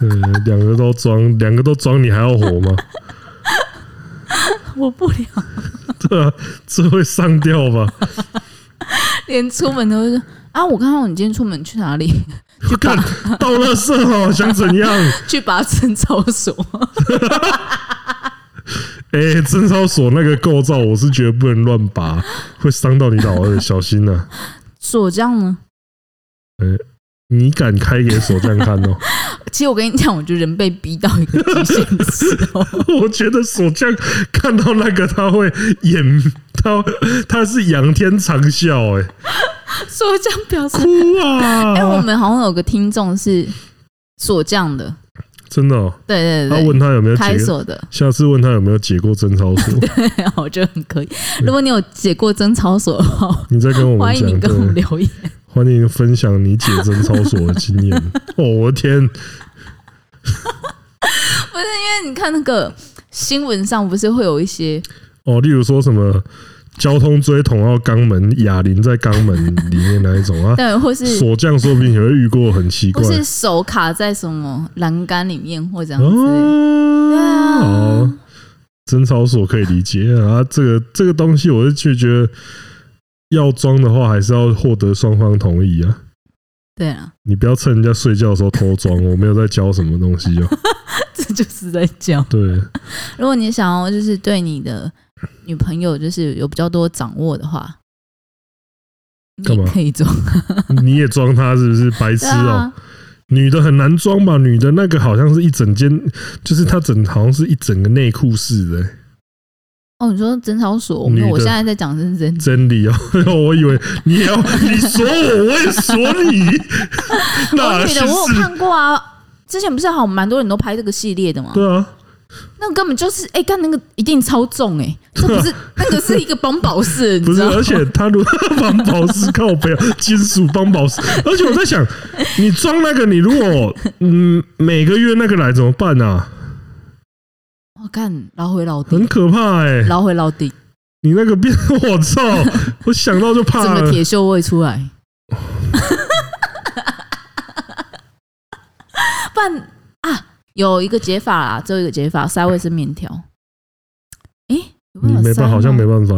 A: 对，两个都装，两个都装，你还要活吗？
B: 我不了，
A: 对啊，这会上吊 吧？
B: 连出门都会说啊！我看到你今天出门去哪 里？
A: 我看到了色哦，想怎样？
B: 去拔针操所。
A: 哎、贞操所那个构造，我是觉得不能乱拔，会伤到你老二，小心呐、啊！
B: 锁匠呢？
A: 你敢开给锁匠看哦？
B: 其实我跟你讲，我觉得人被逼到一个极限的时候，
A: 我觉得锁匠看到那个他会眼，他他是仰天长啸、哎，
B: 锁匠表示
A: 哭：“啊！
B: 哎、我们好像有个听众是锁匠的，
A: 真的、哦，
B: 对对
A: 他
B: 对
A: 问他有没有
B: 开
A: 解，
B: 锁啊的，
A: 下次问他有没有解过贞操所，
B: 我觉得很可以。如果你有解过贞操所的话，
A: 你再跟我们
B: 欢迎
A: 讲。
B: 你跟我
A: 对
B: 们 留言。
A: 欢迎分享你解针操所的经 验。哦，我的天，
B: 不是因为你看那个新闻上，不是会有一些，
A: 哦，例如说什么交通锥捅到肛门，哑铃在肛门里面那一种啊
B: 对，或是
A: 锁匠说不定也会遇过很奇
B: 不
A: 怪啊
B: 是手卡在什么栏杆里面或这样子，对
A: 哦。
B: 啊
A: 好，贞操所可以理解啊，这个这个东西，我是就觉得要装的话，还是要获得双方同意啊。
B: 对啊，
A: 你不要趁人家睡觉的时候偷装，我没有在教什么东西哦。
B: 这就是在讲。
A: 对，
B: 如果你想要就是对你的女朋友就是有比较多掌握的话，你
A: 干嘛
B: 也可以做。
A: 你也装他是不是白痴
B: 对
A: 哦、
B: 啊，
A: 女的很难装吧？女的那个好像是一整间，就是她整好像是一整个内裤式的、
B: 哦，你说贞操所，我
A: 女
B: 们
A: 的
B: 我现在在讲认真。
A: 真理哦、 我以为你也要你锁我，我也锁你，
B: 哦，
A: 那
B: 女
A: 是
B: 的我有
A: 是？
B: 看过啊，之前不是好蛮多人都拍这个系列的嘛？
A: 对啊，
B: 那根本就是哎，干、那个一定超重哎、 这不是那个是一个邦宝适，你
A: 不
B: 知
A: 是，
B: 道吗
A: 而且她如果 帮宝石靠背，啊金属帮宝石，而且我在想，你装那个，你如果嗯每个月那个来怎么办啊？
B: 我干老回老
A: 很
B: 底，
A: 可怕哎、
B: 老回老底，
A: 你那个变，我操！我想到就怕
B: 整个
A: 了。
B: 铁锈味出来。不然啊，有一个解法啦，只有一个解法，塞卫生棉条。诶、有 啊
A: 你
B: 办法
A: 没
B: 塞
A: 办，
B: 吗
A: 好像没办法，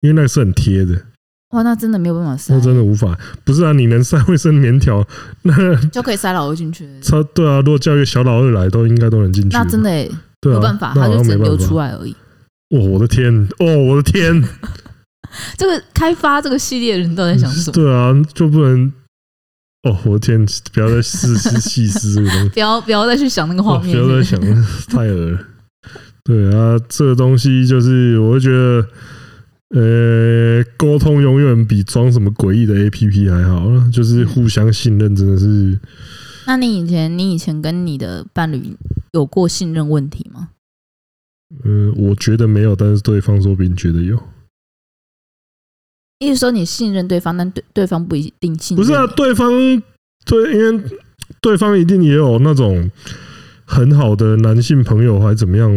A: 因为那个是很贴的。
B: 哇，那真的没有办法塞
A: 那，真的无法。不是啊，你能塞卫生棉条，那
B: 就可以塞老二进去了。
A: 超对啊。如果叫一个小老二来，都应该都能进去。
B: 那真的、欸
A: 对啊，
B: 有办法，
A: 那
B: 它
A: 好
B: 就
A: 像
B: 只
A: 没
B: 能流
A: 办
B: 出
A: 法。
B: 来而已。
A: 哦，我的天！哦，我的天！
B: 这个开发这个系列的人 都在想什么？
A: 对啊，就不能。哦，我的天！不要再细思细思这个东西，
B: 不要不要再去想那个
A: 哦
B: 画
A: 不
B: 面
A: 要 再
B: 是
A: 想了，太恶了。对啊，这个东西就是，我会觉得，呃，沟通永远比装什么诡异的 A P P 还好啊，就是互相信任，真的是。
B: 不是。那你以前你以前跟你的伴侣有过信任问题吗？
A: 嗯，我觉得没有，但是对方说不定觉得
B: 嗯
A: 有。
B: 意思说你信任对方，但对对方不一定信
A: 不啊
B: 任你。
A: 是啊，对方对，因为对方一定也有那种很好的男性朋友还怎么样，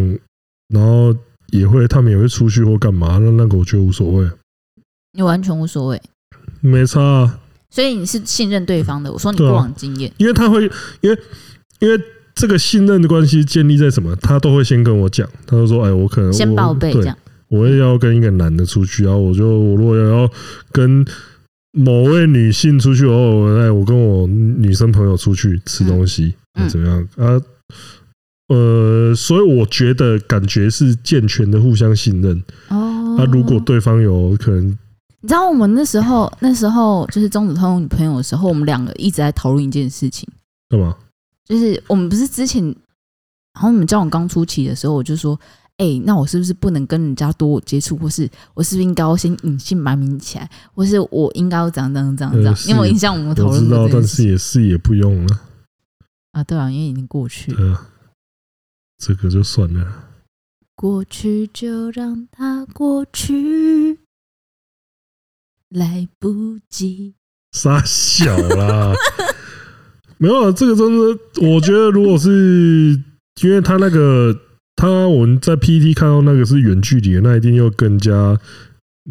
A: 然后也会他们也会出去或干嘛，那那个我觉得无所谓，
B: 你完全无所谓。
A: 没差、啊，
B: 所以你是信任对方的。我说你
A: 对
B: 过
A: 啊
B: 往经验，
A: 因为他会因为因为。这个信任的关系建立在什么？他都会先跟我讲，他就说：“哎，我可能
B: 先
A: 我
B: 报备
A: 对
B: 这样。
A: 我也要跟一个男的出去，然后我就我如果要跟某位女性出去，哦，我哎，我跟我女生朋友出去吃东西，
B: 嗯
A: 那怎么样啊？呃，所以我觉得感觉是健全的互相信任。
B: 哦，
A: 那、啊如果对方有可能，
B: 你知道我们那时候，那时候就是钟子通有女朋友的时候，我们两个一直在讨论一件事情，
A: 干嘛？
B: 就是我们不是之前，然后我们交往刚初期的时候，我就说，哎、那我是不是不能跟人家多接触，或是我是不是应该要先隐姓埋名起来，或是我应该要怎样怎样怎样怎样？
A: 呃
B: 因为我印象我们讨
A: 我
B: 论
A: 知
B: 过
A: 道，
B: 这件
A: 但
B: 事
A: 是
B: 情
A: 也是也不用了，
B: 啊，对啊，因为已经过去了，
A: 对啊，这个就算了。
B: 过去就让它过去，来不 及。
A: 傻小啦， 没有啊，这个真的，我觉得如果是因为他那个他我们在 PPT 看到那个是远距离的，那一定又更加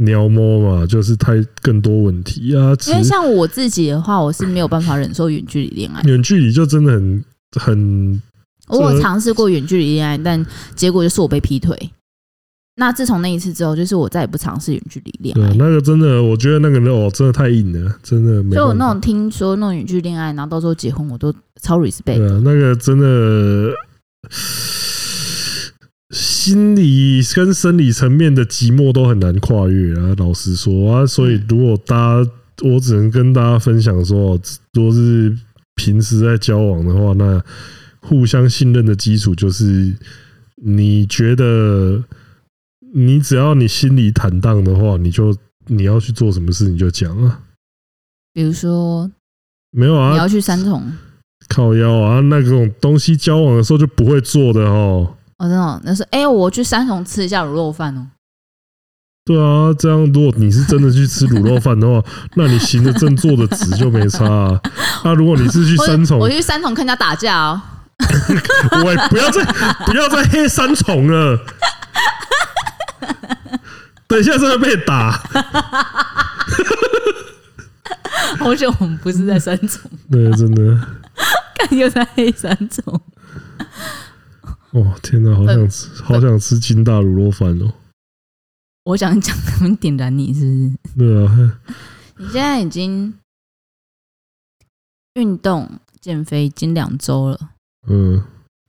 A: 撩摸嘛，就是太更多问题啊。其
B: 因为
A: 实
B: 像我自己的话，我是没有办法忍受远距离恋爱。
A: 远距离就真的很很
B: 我有
A: 这
B: 尝试过远距离恋爱，但结果就是我被劈腿。那自从那一次之后，就是我再也不尝试远距离恋
A: 对啊
B: 爱。
A: 那个真的，我觉得那个人哦，真的太硬了，真的没
B: 所以我
A: 办
B: 那
A: 法
B: 种。听说那种远距离恋爱，然后到时候结婚，我都超 respect。
A: 对啊，那个真的。心理跟生理层面的寂寞都很难跨越啊，老实说啊，所以如果大家，我只能跟大家分享说，如果是平时在交往的话，那互相信任的基础就是，你觉得你只要你心里坦荡的话，你就你要去做什么事你就讲啊，
B: 比如说
A: 没有
B: 你
A: 啊，
B: 要去三重，
A: 靠腰啊，那种东西交往的时候就不会做的哦。
B: 我真的那是哎，我去三重吃一下卤肉饭哦。
A: 对啊，这样如果你是真的去吃卤肉饭的 话，那你行得正坐得直就没差啊。那、如果你是去
B: 我
A: 三重，
B: 我去三重看人家打架哦。
A: 喂，不要再不要再黑三重了，等一下真的被打。
B: 好久我们不是在三重，
A: 对，真的，
B: 看又在黑三重。
A: 哦天哪，好想吃，
B: 呃
A: 好想吃金大卤肉饭哦。
B: 我想讲他们点燃你是不是？
A: 对啊，
B: 你现在已经运动减肥已经两周了，
A: 嗯，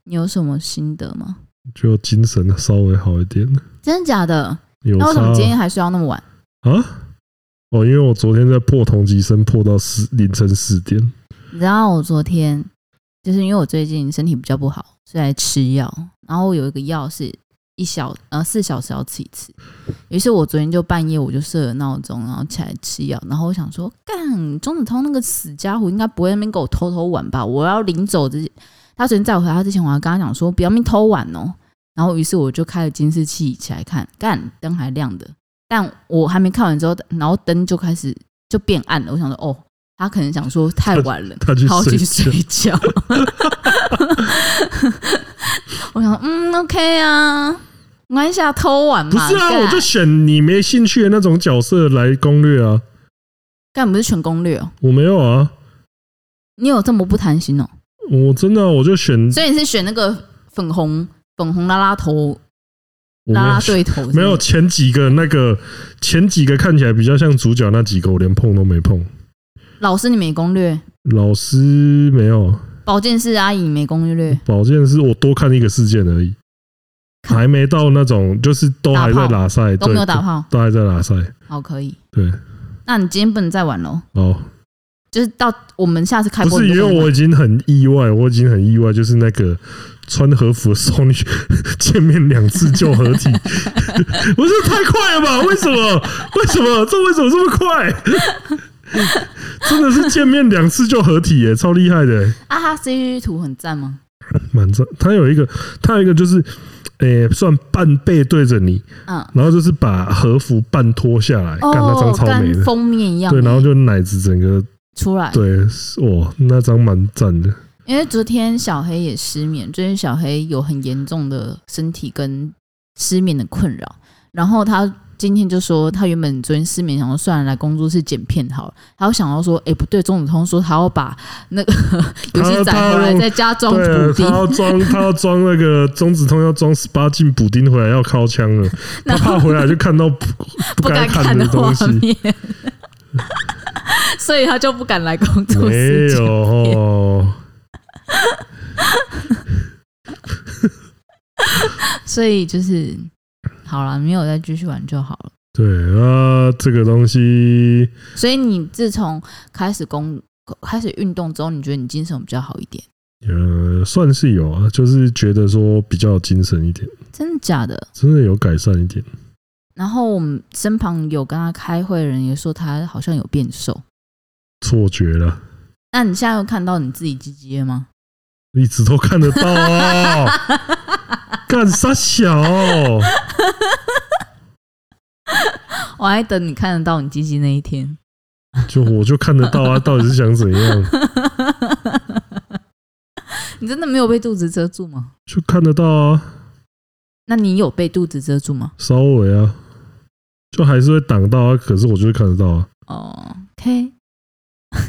B: 你有什么心得吗？
A: 就精神稍微好一点，
B: 真的假的？
A: 有
B: 那为什
A: 差
B: 么
A: 啊
B: 今天还睡到那么晚？
A: 啊。哦，因为我昨天在破同级生，破到四凌晨四点。
B: 你知道我昨天就是因为我最近身体比较不好，所以来吃药，然后有一个药是一小呃四小时要吃一次，于是我昨天就半夜我就设了闹钟，然后起来吃药，然后我想说，干钟子通那个死家伙应该不会在那边给我偷偷玩吧？我要临走之前，他昨天在我回家之前，我还跟他讲说不要命偷玩哦，然后于是我就开了监视器起来看，干灯还亮的，但我还没看完之后，然后灯就开始就变暗了，我想说哦。他可能想说太晚了，
A: 他去
B: 跑去
A: 睡
B: 睡觉。 我想，嗯，OK 啊，没关系啊，偷玩嘛。
A: 不是啊，
B: 干
A: 我就选你没兴趣的那种角色来攻略啊。
B: 干不是全攻略哦，
A: 我没有啊，
B: 你有这么不贪心哦？
A: 我真的啊、我就选
B: 所以你是选那个粉红粉红拉拉头
A: 我没
B: 拉拉
A: 有选
B: 队头是不是
A: 没有前几个那个前几个看起来比较像主角那几个，我连碰都没碰。
B: 老师你没攻略，
A: 老师没有，
B: 保健室阿姨没攻略，
A: 保健是我多看一个事件而已，
B: 看
A: 还没到那种就是都还在
B: 打炮
A: 拉赛，
B: 都没有
A: 对
B: 打炮。
A: 都还在拉赛。
B: 好，可以。
A: 对，
B: 那你今天不能再玩喽，
A: 哦，
B: 就是到我们下次开
A: 不
B: 播
A: 是
B: 你
A: 因
B: 就不
A: 为
B: 能玩
A: 我已经很意外，我已经很意外，就是那个穿和服的少女 见面两次就合体，我说太快了吧？为什么？为什么？这为什么这么快？真的是见面两次就合体耶、超厉害的、欸，
B: 啊哈 CG 图很赞吗？
A: 蛮赞。他有一个，他有一个就是，诶、算半背对着你，
B: 嗯，
A: 然后就是把和服半脱下来，干、那张
B: 哦，
A: 超美
B: 跟
A: 的，
B: 封面一样欸，
A: 对，然后就奶子整个，哦
B: 出来。
A: 对，哇，那张蛮赞的。
B: 因为昨天小黑也失眠，最近小黑有很严重的身体跟失眠的困扰，然后他今天就说他原本昨天失眠，想说算了，来工作室剪片好了，还有想到说，哎、不对，钟子通说他要把那个 游戏展回来，在家装补
A: 对，他
B: 丁，
A: 要 装，他要装那个中子通要装十八禁补丁回来要靠枪 了，他
B: 然后
A: 怕回来就看到不
B: 不
A: 该
B: 敢
A: 看
B: 看的
A: 东
B: 画
A: 西，
B: 面，所以他就不敢来工作室
A: 没
B: 剪
A: 有哦。
B: 所以就是好了，没有再继续玩就好了。
A: 对啊，这个东西
B: 所以你自从开始工开始运动之后，你觉得你精神比较好一点？
A: 呃算是有啊，就是觉得说比较有精神一点，
B: 真的假的？
A: 真的有改善一点。
B: 然后我们身旁有跟他开会的人也说他好像有变瘦。
A: 错觉了，
B: 那你现在有看到你自己鸡鸡了吗？
A: 一直都看得到啊！干啥小？
B: 我还等你看得到你鸡鸡那一天。
A: 就我就看得到啊，到底是想怎样？
B: 你真的没有被肚子遮住吗？
A: 就看得到啊，
B: 那你有被肚子遮住吗？
A: 稍微啊，就还是会挡到啊，可是我就会看得到啊。
B: 哦，OK。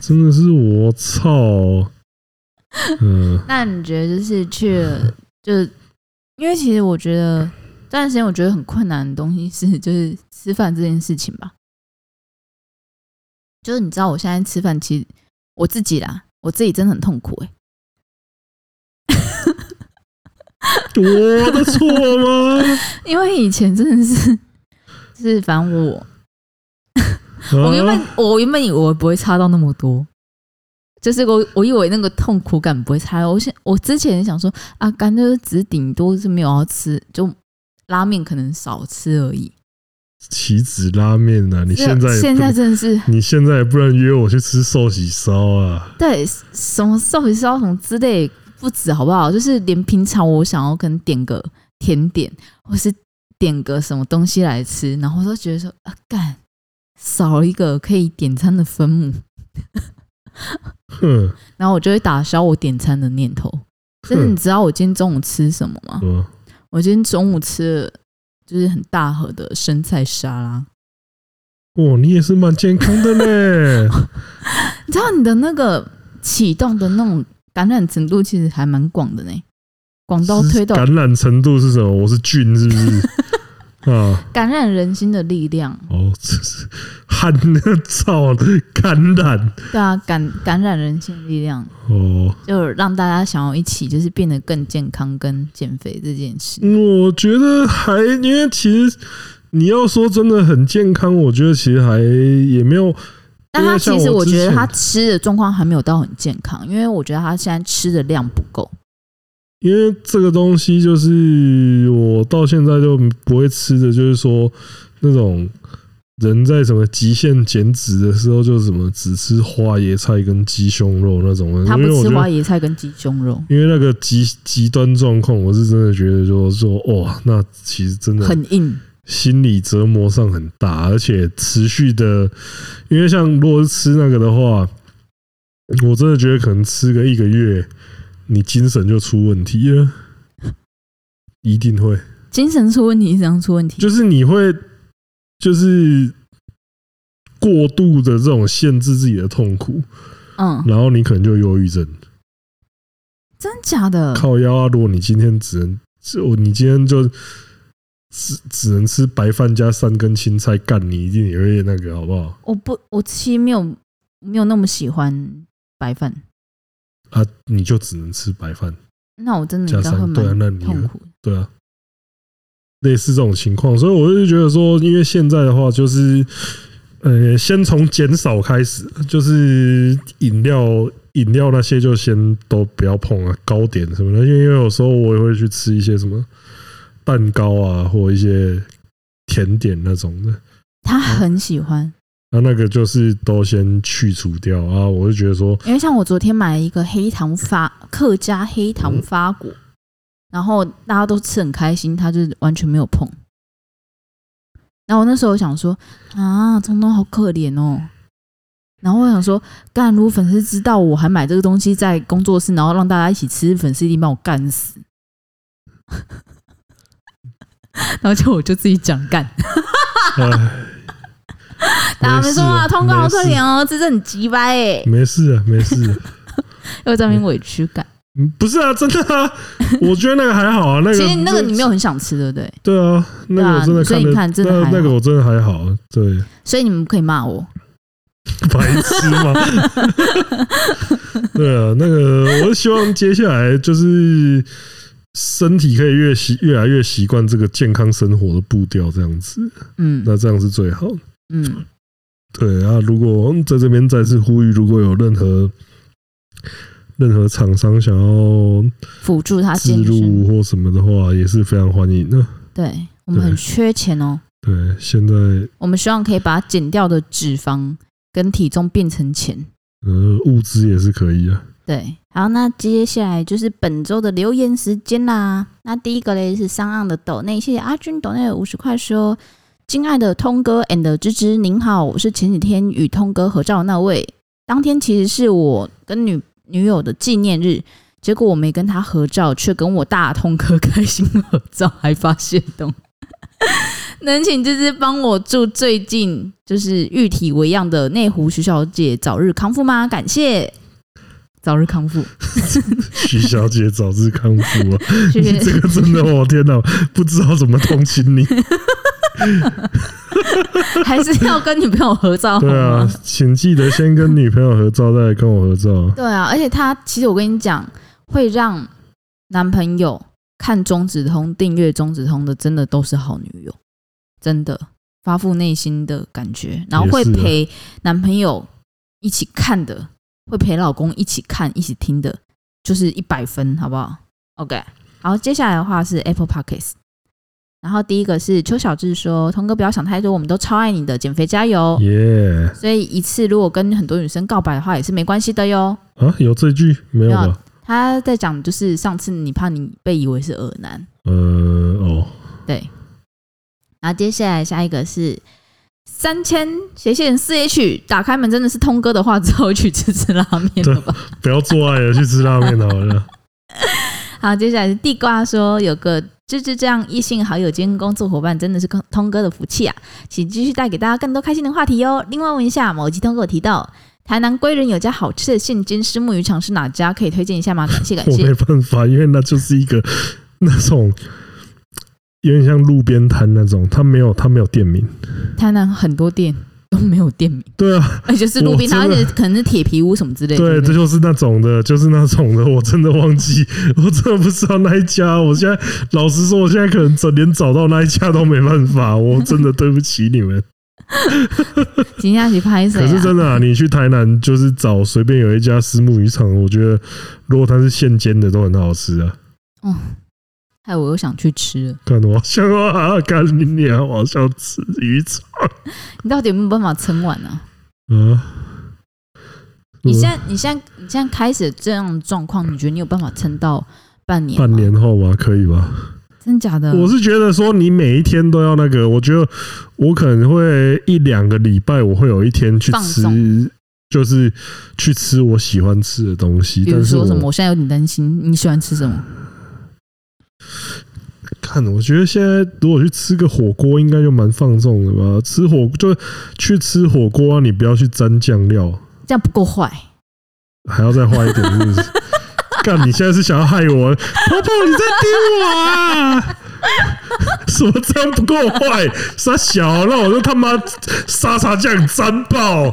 A: 真的是我操！嗯、
B: 那你觉得就是去了，就是因为其实我觉得这段时间我觉得很困难的东西是 就是吃饭这件事情吧。就是你知道我现在吃饭，其实我自己啦，我自己真的很痛苦哎、
A: 我的错吗？
B: 因为以前真的是， 就是反正我 我原本
A: 啊
B: 我原本以为我不会差到那么多，就是我我以为那个痛苦感不会差。我现我之前想说啊，干脆就只是顶多是没有要吃，就拉面可能少吃而已。
A: 棋子拉面呢、啊？你现在也不
B: 现在真的是
A: 你现在也不能约我去吃寿喜烧啊？
B: 对什么寿喜烧什么之类不止好不好？就是连平常我想要可能点个甜点，或是点个什么东西来吃，然后我都觉得说啊，干少了一个可以点餐的分母，
A: 哼，
B: 然后我就会打消我点餐的念头。但是你知道我今天中午吃什么吗？
A: 嗯，
B: 我今天中午吃了就是很大盒的生菜沙拉。
A: 哇，你也是蛮健康的 呢。
B: 你知道你的那个启动的那种感染程度其实还蛮广的呢，广到推动
A: 感染程度是什么？我是菌是不是？ 啊，
B: 感染人心的力量，
A: 哦，这是 汗那操感染
B: 对啊，感感染人心的力量，
A: 哦。
B: 就让大家想要一起就是变得更健康跟减肥这件
A: 嗯
B: 事。
A: 我觉得还因为其实你要说真的很健康，我觉得其实还也没有
B: 但他其
A: 因为
B: 实
A: 像我
B: 我
A: 之
B: 觉得
A: 前
B: 他吃的状况还没有到很健康，因为我觉得他现在吃的量不够。
A: 因为这个东西就是我到现在就不会吃的，就是说那种人在什么极限减脂的时候，就是什么只吃花椰菜跟鸡胸肉那种的。
B: 他不
A: 因为我
B: 吃
A: 觉
B: 花
A: 得，
B: 椰菜跟鸡胸肉，
A: 因为那个极极端状况，我是真的觉得说说哇，那其实真的
B: 很硬。
A: 心理折磨上很大，而且持续的，因为像如果是吃那个的话，我真的觉得可能吃个一个月，你精神就出问题了，一定会，
B: 精神出问题，怎样出问题？
A: 就是你会，就是过度的这种限制自己的痛苦，
B: 嗯，
A: 然后你可能就忧郁症。
B: 真假的？
A: 靠腰啊！如果你今天只能，就你今天就只只能吃白饭加三根青菜，干你一定也会那个，好不好？
B: 我不，我其实没有没有那么喜欢白饭，
A: 啊，你就只能吃白饭，
B: 那我真的
A: 加
B: 应该会
A: 上对啊，
B: 嗯蛮
A: 那你
B: 痛苦的。
A: 对啊，类似这种情况，所以我就觉得说，因为现在的话就是，呃，先从减少开始，就是饮料。饮料那些就先都不要碰啊，糕点什么的，因为因为有时候我也会去吃一些什么蛋糕啊，或一些甜点那种的，
B: 他很喜欢，
A: 那那个就是都先去除掉啊。我就觉得 说，
B: 因为像我昨天买了一个黑糖发客家黑糖发果，然后大家都吃很开心，他就是完全没有碰。然后我那时候想说啊，中东好可怜哦，然后我想说，干，如果粉丝知道我还买这个东西在工作室，然后让大家一起吃，粉丝一定把我干死。 然后就我就自己讲干，
A: 哎，
B: 他们说啊，
A: 没事
B: 通告好可
A: 没事
B: 怜哦，这是很鸡掰哎，
A: 没事啊，没事啊，
B: 又在那边委屈感。
A: 嗯不是啊，真的啊，我觉得那个还好啊，那个
B: 其实那个你没有很想吃，对不对？
A: 对啊，那个我真的
B: 所
A: 看
B: 以你
A: 的，
B: 看真的还
A: 那
B: 好
A: 那个我真的还好，对，
B: 所以你们不可以骂我。
A: 白痴吗？ 对啊，那个我希望接下来就是身体可以越习越来越习惯这个健康生活的步调，这样子，
B: 嗯
A: 那这样是最好的。
B: 嗯，
A: 对啊，如果在这边再次呼吁，如果有任何任何厂商想要
B: 辅助他
A: 植
B: 健身
A: 入，或什么的话，也是非常欢迎的。
B: 对我们
A: 对
B: 很缺钱哦。
A: 对，现在
B: 我们希望可以把减掉的脂肪跟体重变成钱。
A: 呃物资也是可以啊。
B: 对，好，那接下来就是本周的留言时间啦。那第一个嘞是上岸的抖内，谢谢阿军抖内五十块说：“亲爱的通哥 and 芝芝，您好，我是前几天与通哥合照的那位。当天其实是我跟女女友的纪念日，结果我没跟她合照，却跟我大通哥开心合照，还发现动。 能请芝芝帮我祝最近就是玉体为样的内湖徐小姐早日康复吗？感谢，早日康复，
A: 徐小姐早日康复啊！
B: 谢
A: 你
B: 谢。
A: 这个真的，我天哪，不知道怎么同情你。
B: 还是要跟女朋友合照 好
A: 对啊
B: 吗？，
A: 请记得先跟女朋友合照，再来跟我合照。
B: 对啊，而且他其实我跟你讲，会让男朋友看中指通、订阅中指通的，真的都是好女友，真的发自内心的感觉，然后会
A: 也是啊
B: 陪男朋友一起看的，会陪老公一起看、一起听的，就是一百分，好不好？OK，好，接下来的话是 Apple Podcasts。然后第一个是邱小智说：“童哥不要想太多，我们都超爱你的，减肥加油！
A: 耶
B: 所以一次如果跟很多女生告白的话，也是没关系的哟。
A: 啊，有这句没有
B: 啊
A: 吧？
B: 他在讲就是上次你怕你被以为是耳男，
A: 呃，哦，
B: 对。然后接下来下一个是三千斜线四 H，打开门真的是通哥的话之后去吃吃拉面了吧？
A: 不要做爱了，去吃拉面好了。
B: 好，接下来是地瓜说有个芝芝这样异性好友兼工作伙伴，真的是通通哥的福气啊！请继续带给大家更多开心的话题哟。另外问一下，某集通哥有提到台南归仁有家好吃的现金虱目鱼肠是哪家？可以推荐一下吗？感谢 感
A: 我
B: 谢
A: 没。办法，因为那就是一个那种有点像路边摊那种，它没有它没有店名。
B: 台南很多店都没有店名，
A: 对啊，
B: 而且是路边
A: 我
B: 摊，而
A: 真的
B: 且可能是铁皮屋什么之类的。
A: 对，这就是那种的，就是那种的，我真的忘记， 我真的不知道那一家。我现在老实说，我现在可能整连找到那一家都没办法，我真的对不起你们。
B: 今天去拍谁
A: 可是
B: 啊？
A: 真的啊，你去台南就是找随便有一家私木渔场，我觉得如果它是现煎的都很好吃啊。
B: 害我又想去吃了。
A: 看我好想啊，看你娘，我好想吃鱼肠
B: 你到底有没有办法撑完啊？
A: 啊！
B: 你现
A: 在
B: 在、你现在、你现在开始这样的状况，你觉得你有办法撑到半年？
A: 半？年后吧，可以吧？
B: 真假的？
A: 我是觉得说你每一天都要那个，我觉得我可能会一两个礼拜，我会有一天去
B: 放
A: 吃，就是去吃我喜欢吃的东西。
B: 比如
A: 但是
B: 说
A: 我
B: 什么？我现在有点担心。你喜欢吃什么？
A: 看，我觉得现在如果去吃个火锅，应该就蛮放纵的吧。吃火就去吃火锅、啊，你不要去沾酱料，
B: 这样不够坏。
A: 还要再花一点，是不是？ 干，你现在是想要害我？婆婆，你在盯我啊？什么这样不够坏？傻小，那我就他妈沙茶酱沾 爆！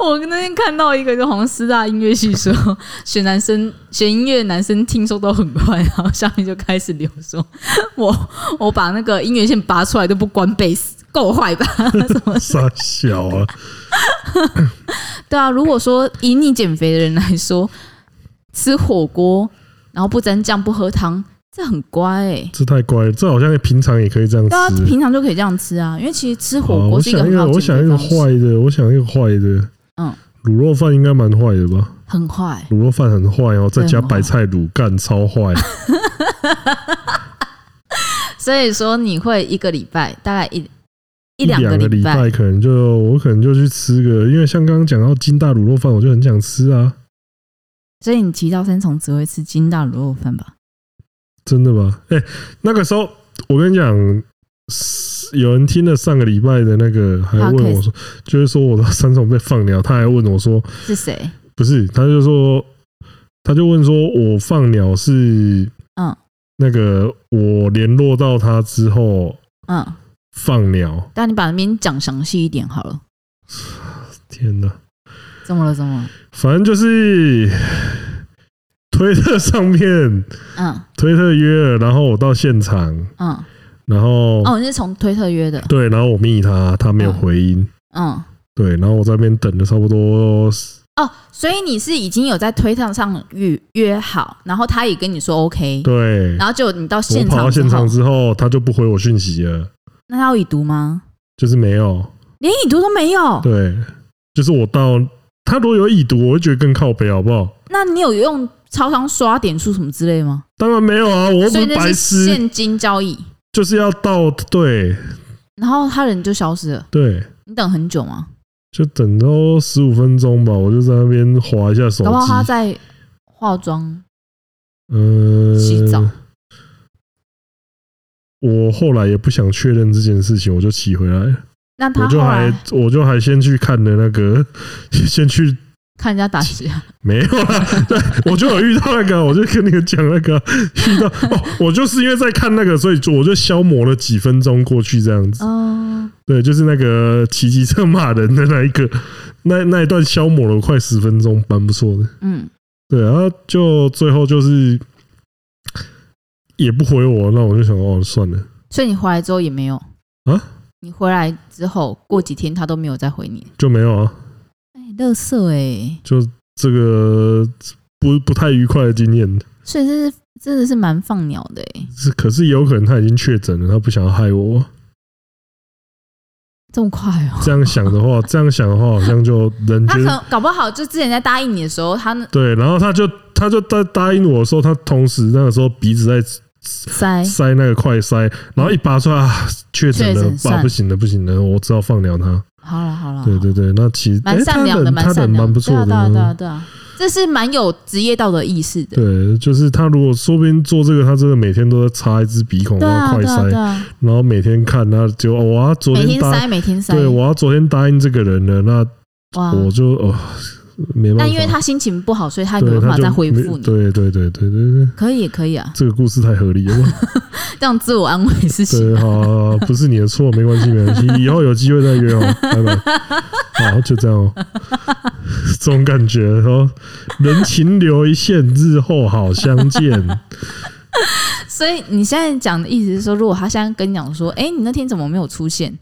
B: 我那天看到一个，就好像师大音乐系说， 选男生选音乐男生听说都很快，然后下面就开始留说， 我我把那个音源线拔出来都不关贝斯，够坏吧？什么？
A: 傻小啊！
B: 对啊，如果说以你减肥的人来说，吃火锅然后不沾酱不喝汤，这很乖哎、
A: 这太乖了，这好像平常也可以这样
B: 大家
A: 吃。
B: 平常就可以这样吃啊，因为其实吃
A: 好
B: 啊火
A: 我
B: 锅是一个
A: 想一个，
B: 很好
A: 我
B: 的
A: 想
B: 减
A: 一
B: 肥
A: 个
B: 方式，
A: 坏的，我想一个坏的。
B: 嗯，
A: 卤肉饭应该蛮坏的吧？
B: 很坏。
A: 卤肉饭很坏哦，再加白菜卤干超坏。
B: 所以说你会一个礼拜大概一一两
A: 个
B: 礼
A: 拜，可能就我可能就去吃个，因为像刚刚讲到金大卤肉饭，我就很想吃啊，
B: 所以你提到三重只会吃金大卤肉饭吧？
A: 真的吧？哎、那个时候我跟你讲，有人听了上个礼拜的那个，还问我说，就是说我到三重被放鸟，他还问我说，
B: 是谁？
A: 不是，他就说，他就问说我放鸟是
B: 嗯
A: 那个我联络到他之后
B: 嗯，
A: 放鸟，
B: 但你把名讲详细一点好了。
A: 天哪！
B: 怎么了？怎么了？
A: 反正就是推特上面
B: 嗯
A: 推特约了，然后我到现场，
B: 嗯，
A: 然后、
B: 哦，你是从推特约的？
A: 对，然后我密他，他没有回音，
B: 嗯，
A: 对，然后我在那边等了差不多，
B: 哦，所以你是已经有在推特上约约好，然后他也跟你说 OK，
A: 对，
B: 然后就你到
A: 我
B: 现
A: 跑
B: 场
A: 到
B: 之
A: 现
B: 后
A: 场，之后，他就不回我讯息了，
B: 那他有已读吗？
A: 就是没有，
B: 连已读都没有，
A: 对，就是我到他如果有已读，我会觉得更靠北，好不好？
B: 那你有用超商刷点数什么之类吗？
A: 当然没有啊，我又不
B: 所以
A: 是
B: 那
A: 白
B: 是
A: 痴，
B: 现金交易，
A: 就是要到对
B: 然后他人就消失了，
A: 对，
B: 你等很久吗？
A: 就等到十五分钟吧，我就在那边划一下手
B: 搞不好他
A: 机，
B: 在化妆，
A: 嗯，
B: 洗澡。
A: 我后来也不想确认这件事情，我就骑回来了，
B: 那他
A: 我就
B: 后
A: 还
B: 来
A: 我就还先去看了那个， 先去
B: 看人家打啊劫，
A: 没有啦，对，我就有遇到那个，我就跟你们讲那个遇到哦，我就是因为在看那个，所以就我就消磨了几分钟过去这样子，
B: 嗯，
A: 对，就是那个骑机车骂人的那一个，那那一段消磨了快十分钟，蛮不错的。
B: 嗯，
A: 对，然后就最后就是也不回我，那我就想哦，算了，
B: 所以你回来之后也没有
A: 啊？
B: 你回来之后过几天他都没有再回你，
A: 就没有啊，
B: 哎，乐色哎，
A: 就这个不不太愉快的经验。
B: 所以这是真的是蛮放鸟的哎，
A: 是，可是有可能他已经确诊了，他不想要害我。
B: 这么快哦、
A: 这样想的 话，这样想的话，好像就人
B: 他
A: 觉
B: 可
A: 得
B: 能搞不好就之前在答应你的时候，他
A: 对，然后他就他就答答应我说，他同时那个时候鼻子在
B: 塞
A: 塞那个快塞，然后一拔出来，啊确诊
B: 确
A: 了
B: 诊，算
A: 啊，
B: 了
A: 不行了，不行了，我只好放疗他。
B: 好了好了，
A: 对对对，那其实
B: 蛮
A: 诶
B: 善
A: 他
B: 良的，
A: 人
B: 蛮
A: 他
B: 善
A: 人
B: 良的，
A: 蛮不错的
B: 对
A: 啊。
B: 啊对啊对啊对啊，这是蛮有职业道德意识的，
A: 对，就是他如果说不定做这个，他真的每天都在插一支鼻孔，
B: 对
A: 然
B: 啊
A: 哦后快
B: 对啊
A: 塞
B: 对，啊，
A: 然后每天看，那就哦我要昨
B: 每
A: 天
B: 天
A: 答，
B: 塞每天塞，
A: 对我要昨天答应这个人了，那
B: 哇，
A: 我就哦没办法。
B: 那因为他心情不好，所以他没
A: 对
B: 有
A: 他
B: 办法
A: 就
B: 再恢
A: 没
B: 复你，
A: 对对对对对对，
B: 可以可以啊，
A: 这个故事太合理了吧。
B: 这样自我安慰是行
A: 对，啊
B: 的，
A: 好好，好不是你的错，没关系，没关系，以后有机会再约哦，拜拜。好，就这样哦，这种感觉，然后人情留一线，日后好相见。
B: 所以你现在讲的意思是说，如果他现在跟你讲说，哎、你那天怎么没有出现？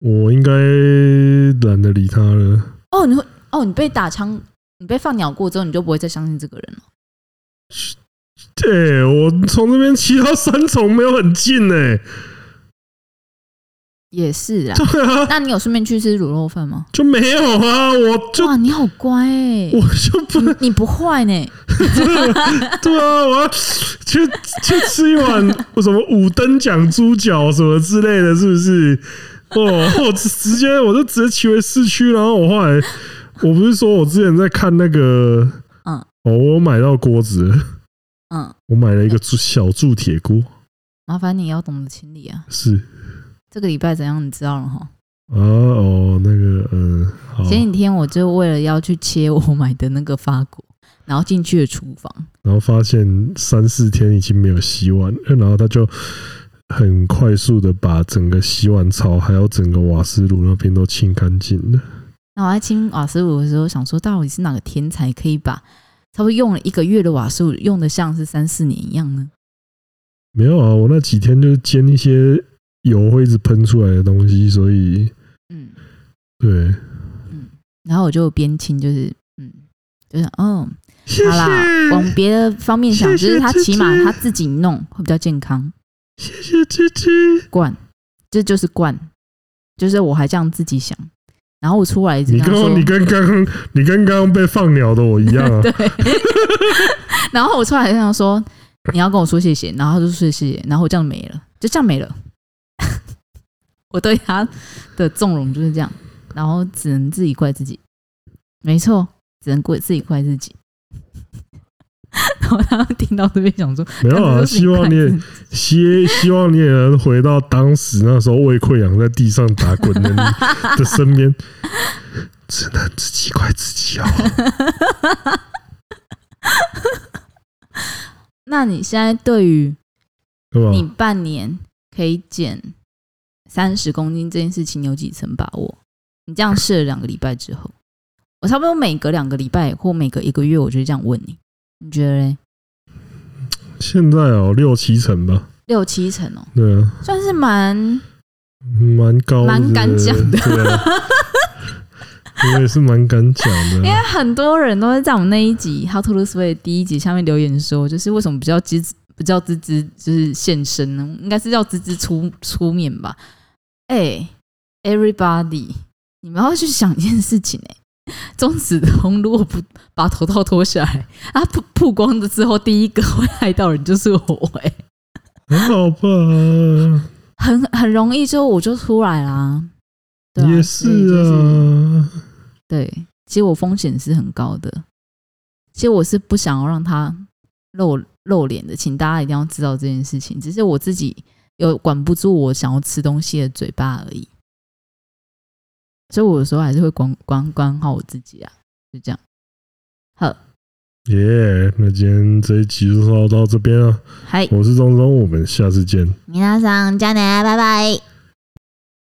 A: 我应该懒得理他了，
B: 哦，你会哦，你被打枪，你被放鸟过之后，你就不会再相信这个人了。
A: 对、我从这边骑到三重没有很近哎、
B: 也是啦，
A: 对啊，
B: 那你有顺便去吃卤肉饭吗？
A: 就没有啊，我就
B: 哇，你好乖哎、
A: 我就不
B: 你你不坏呢、
A: 对啊，我要去去吃一碗什么五等奖猪脚什么之类的，是不是？哦，我直直接我就直接骑回市区，然后我后来我不是说我之前在看那个，
B: 嗯
A: 哦，我买到锅子了，
B: 嗯，
A: 我买了一个铸小铸铁锅，
B: 麻烦你要懂得清理啊。
A: 是
B: 这个礼拜怎样，你知道了哈。
A: 啊，哦，那个嗯，好，
B: 前几天我就为了要去切我买的那个发果， 然后进去了厨房，
A: 然后发现三四天已经没有洗碗了，然后他就很快速的把整个洗碗槽还有整个瓦斯炉那边都清干净了。
B: 然后我在清瓦斯炉的时候，想说到底是哪个天才可以把差不多用了一个月的瓦斯炉用的像是三四年一样呢？
A: 没有啊，我那几天就是煎一些油会一直喷出来的东西，所以
B: 嗯。
A: 对，
B: 嗯，然后我就边亲，就是嗯，就是嗯，
A: 谢
B: 好啦，往
A: 谢
B: 别的方面想，
A: 谢
B: 就
A: 谢
B: 是他
A: 芝
B: 起码
A: 芝
B: 他自己弄会比较健康。
A: 谢谢芝芝，
B: 惯，这就是惯，就是我还这样自己想，然后我出来一直
A: 你
B: 跟他
A: 跟我
B: 说
A: 你，跟刚刚你跟刚刚被放鸟的我一样 啊，
B: 然后我出来跟他说 你要跟我说谢谢，然后他就说谢谢，然后我这样没了，就这样没了。我对他的纵容就是这样，然后只能自己怪自己。没错，只能怪自己怪自己。 然后他们听到这边想说，
A: 没有
B: 干
A: 啊，
B: 这是
A: 希望你也
B: 怪自己
A: 希希望你也能回到当时那时候胃溃疡在地上打滚 的你的身边，只能自己怪自己哦。
B: 那你现在对于
A: 对
B: 你
A: 吧？
B: 半年可以减三十公斤这件事情，你有几成把握？你这样试了两个礼拜之后，我差不多每隔两个礼拜或每隔一个月，我就这样问你，你觉得嘞？
A: 现在哦，六七成吧，
B: 六七成哦，
A: 对啊，
B: 算是蛮
A: 蛮高的，
B: 蛮敢讲的
A: 对啊，我也是蛮敢讲的
B: 因为
A: 啊。
B: 很多人都会在我们那一集《How to Lose Weight》第一集下面留言说，就是为什么不叫芝芝，不叫芝芝，就是现身呢？应该是叫芝芝出出面吧？哎、e v e r y b o d y 你们要去想一件事情哎、钟子通如果不把头套脱下来，他曝曝光的之后，第一个会害到人就是我哎、
A: 还好吧，
B: 很很容易就我就出来啦。对啊
A: 也
B: 所以
A: 是
B: 就是
A: 啊，
B: 对，其实我风险是很高的。其实我是不想要让他露露脸的，请大家一定要知道这件事情。只是我自己有管不住我想要吃东西的嘴巴而已，所以我有时候还是会管管管好我自己啊，就这样。
A: 耶、那今天这一集就到到这边啊，
B: 嗨，
A: 我是钟钟，我们下次见。
B: 米娜桑，加奶，拜拜。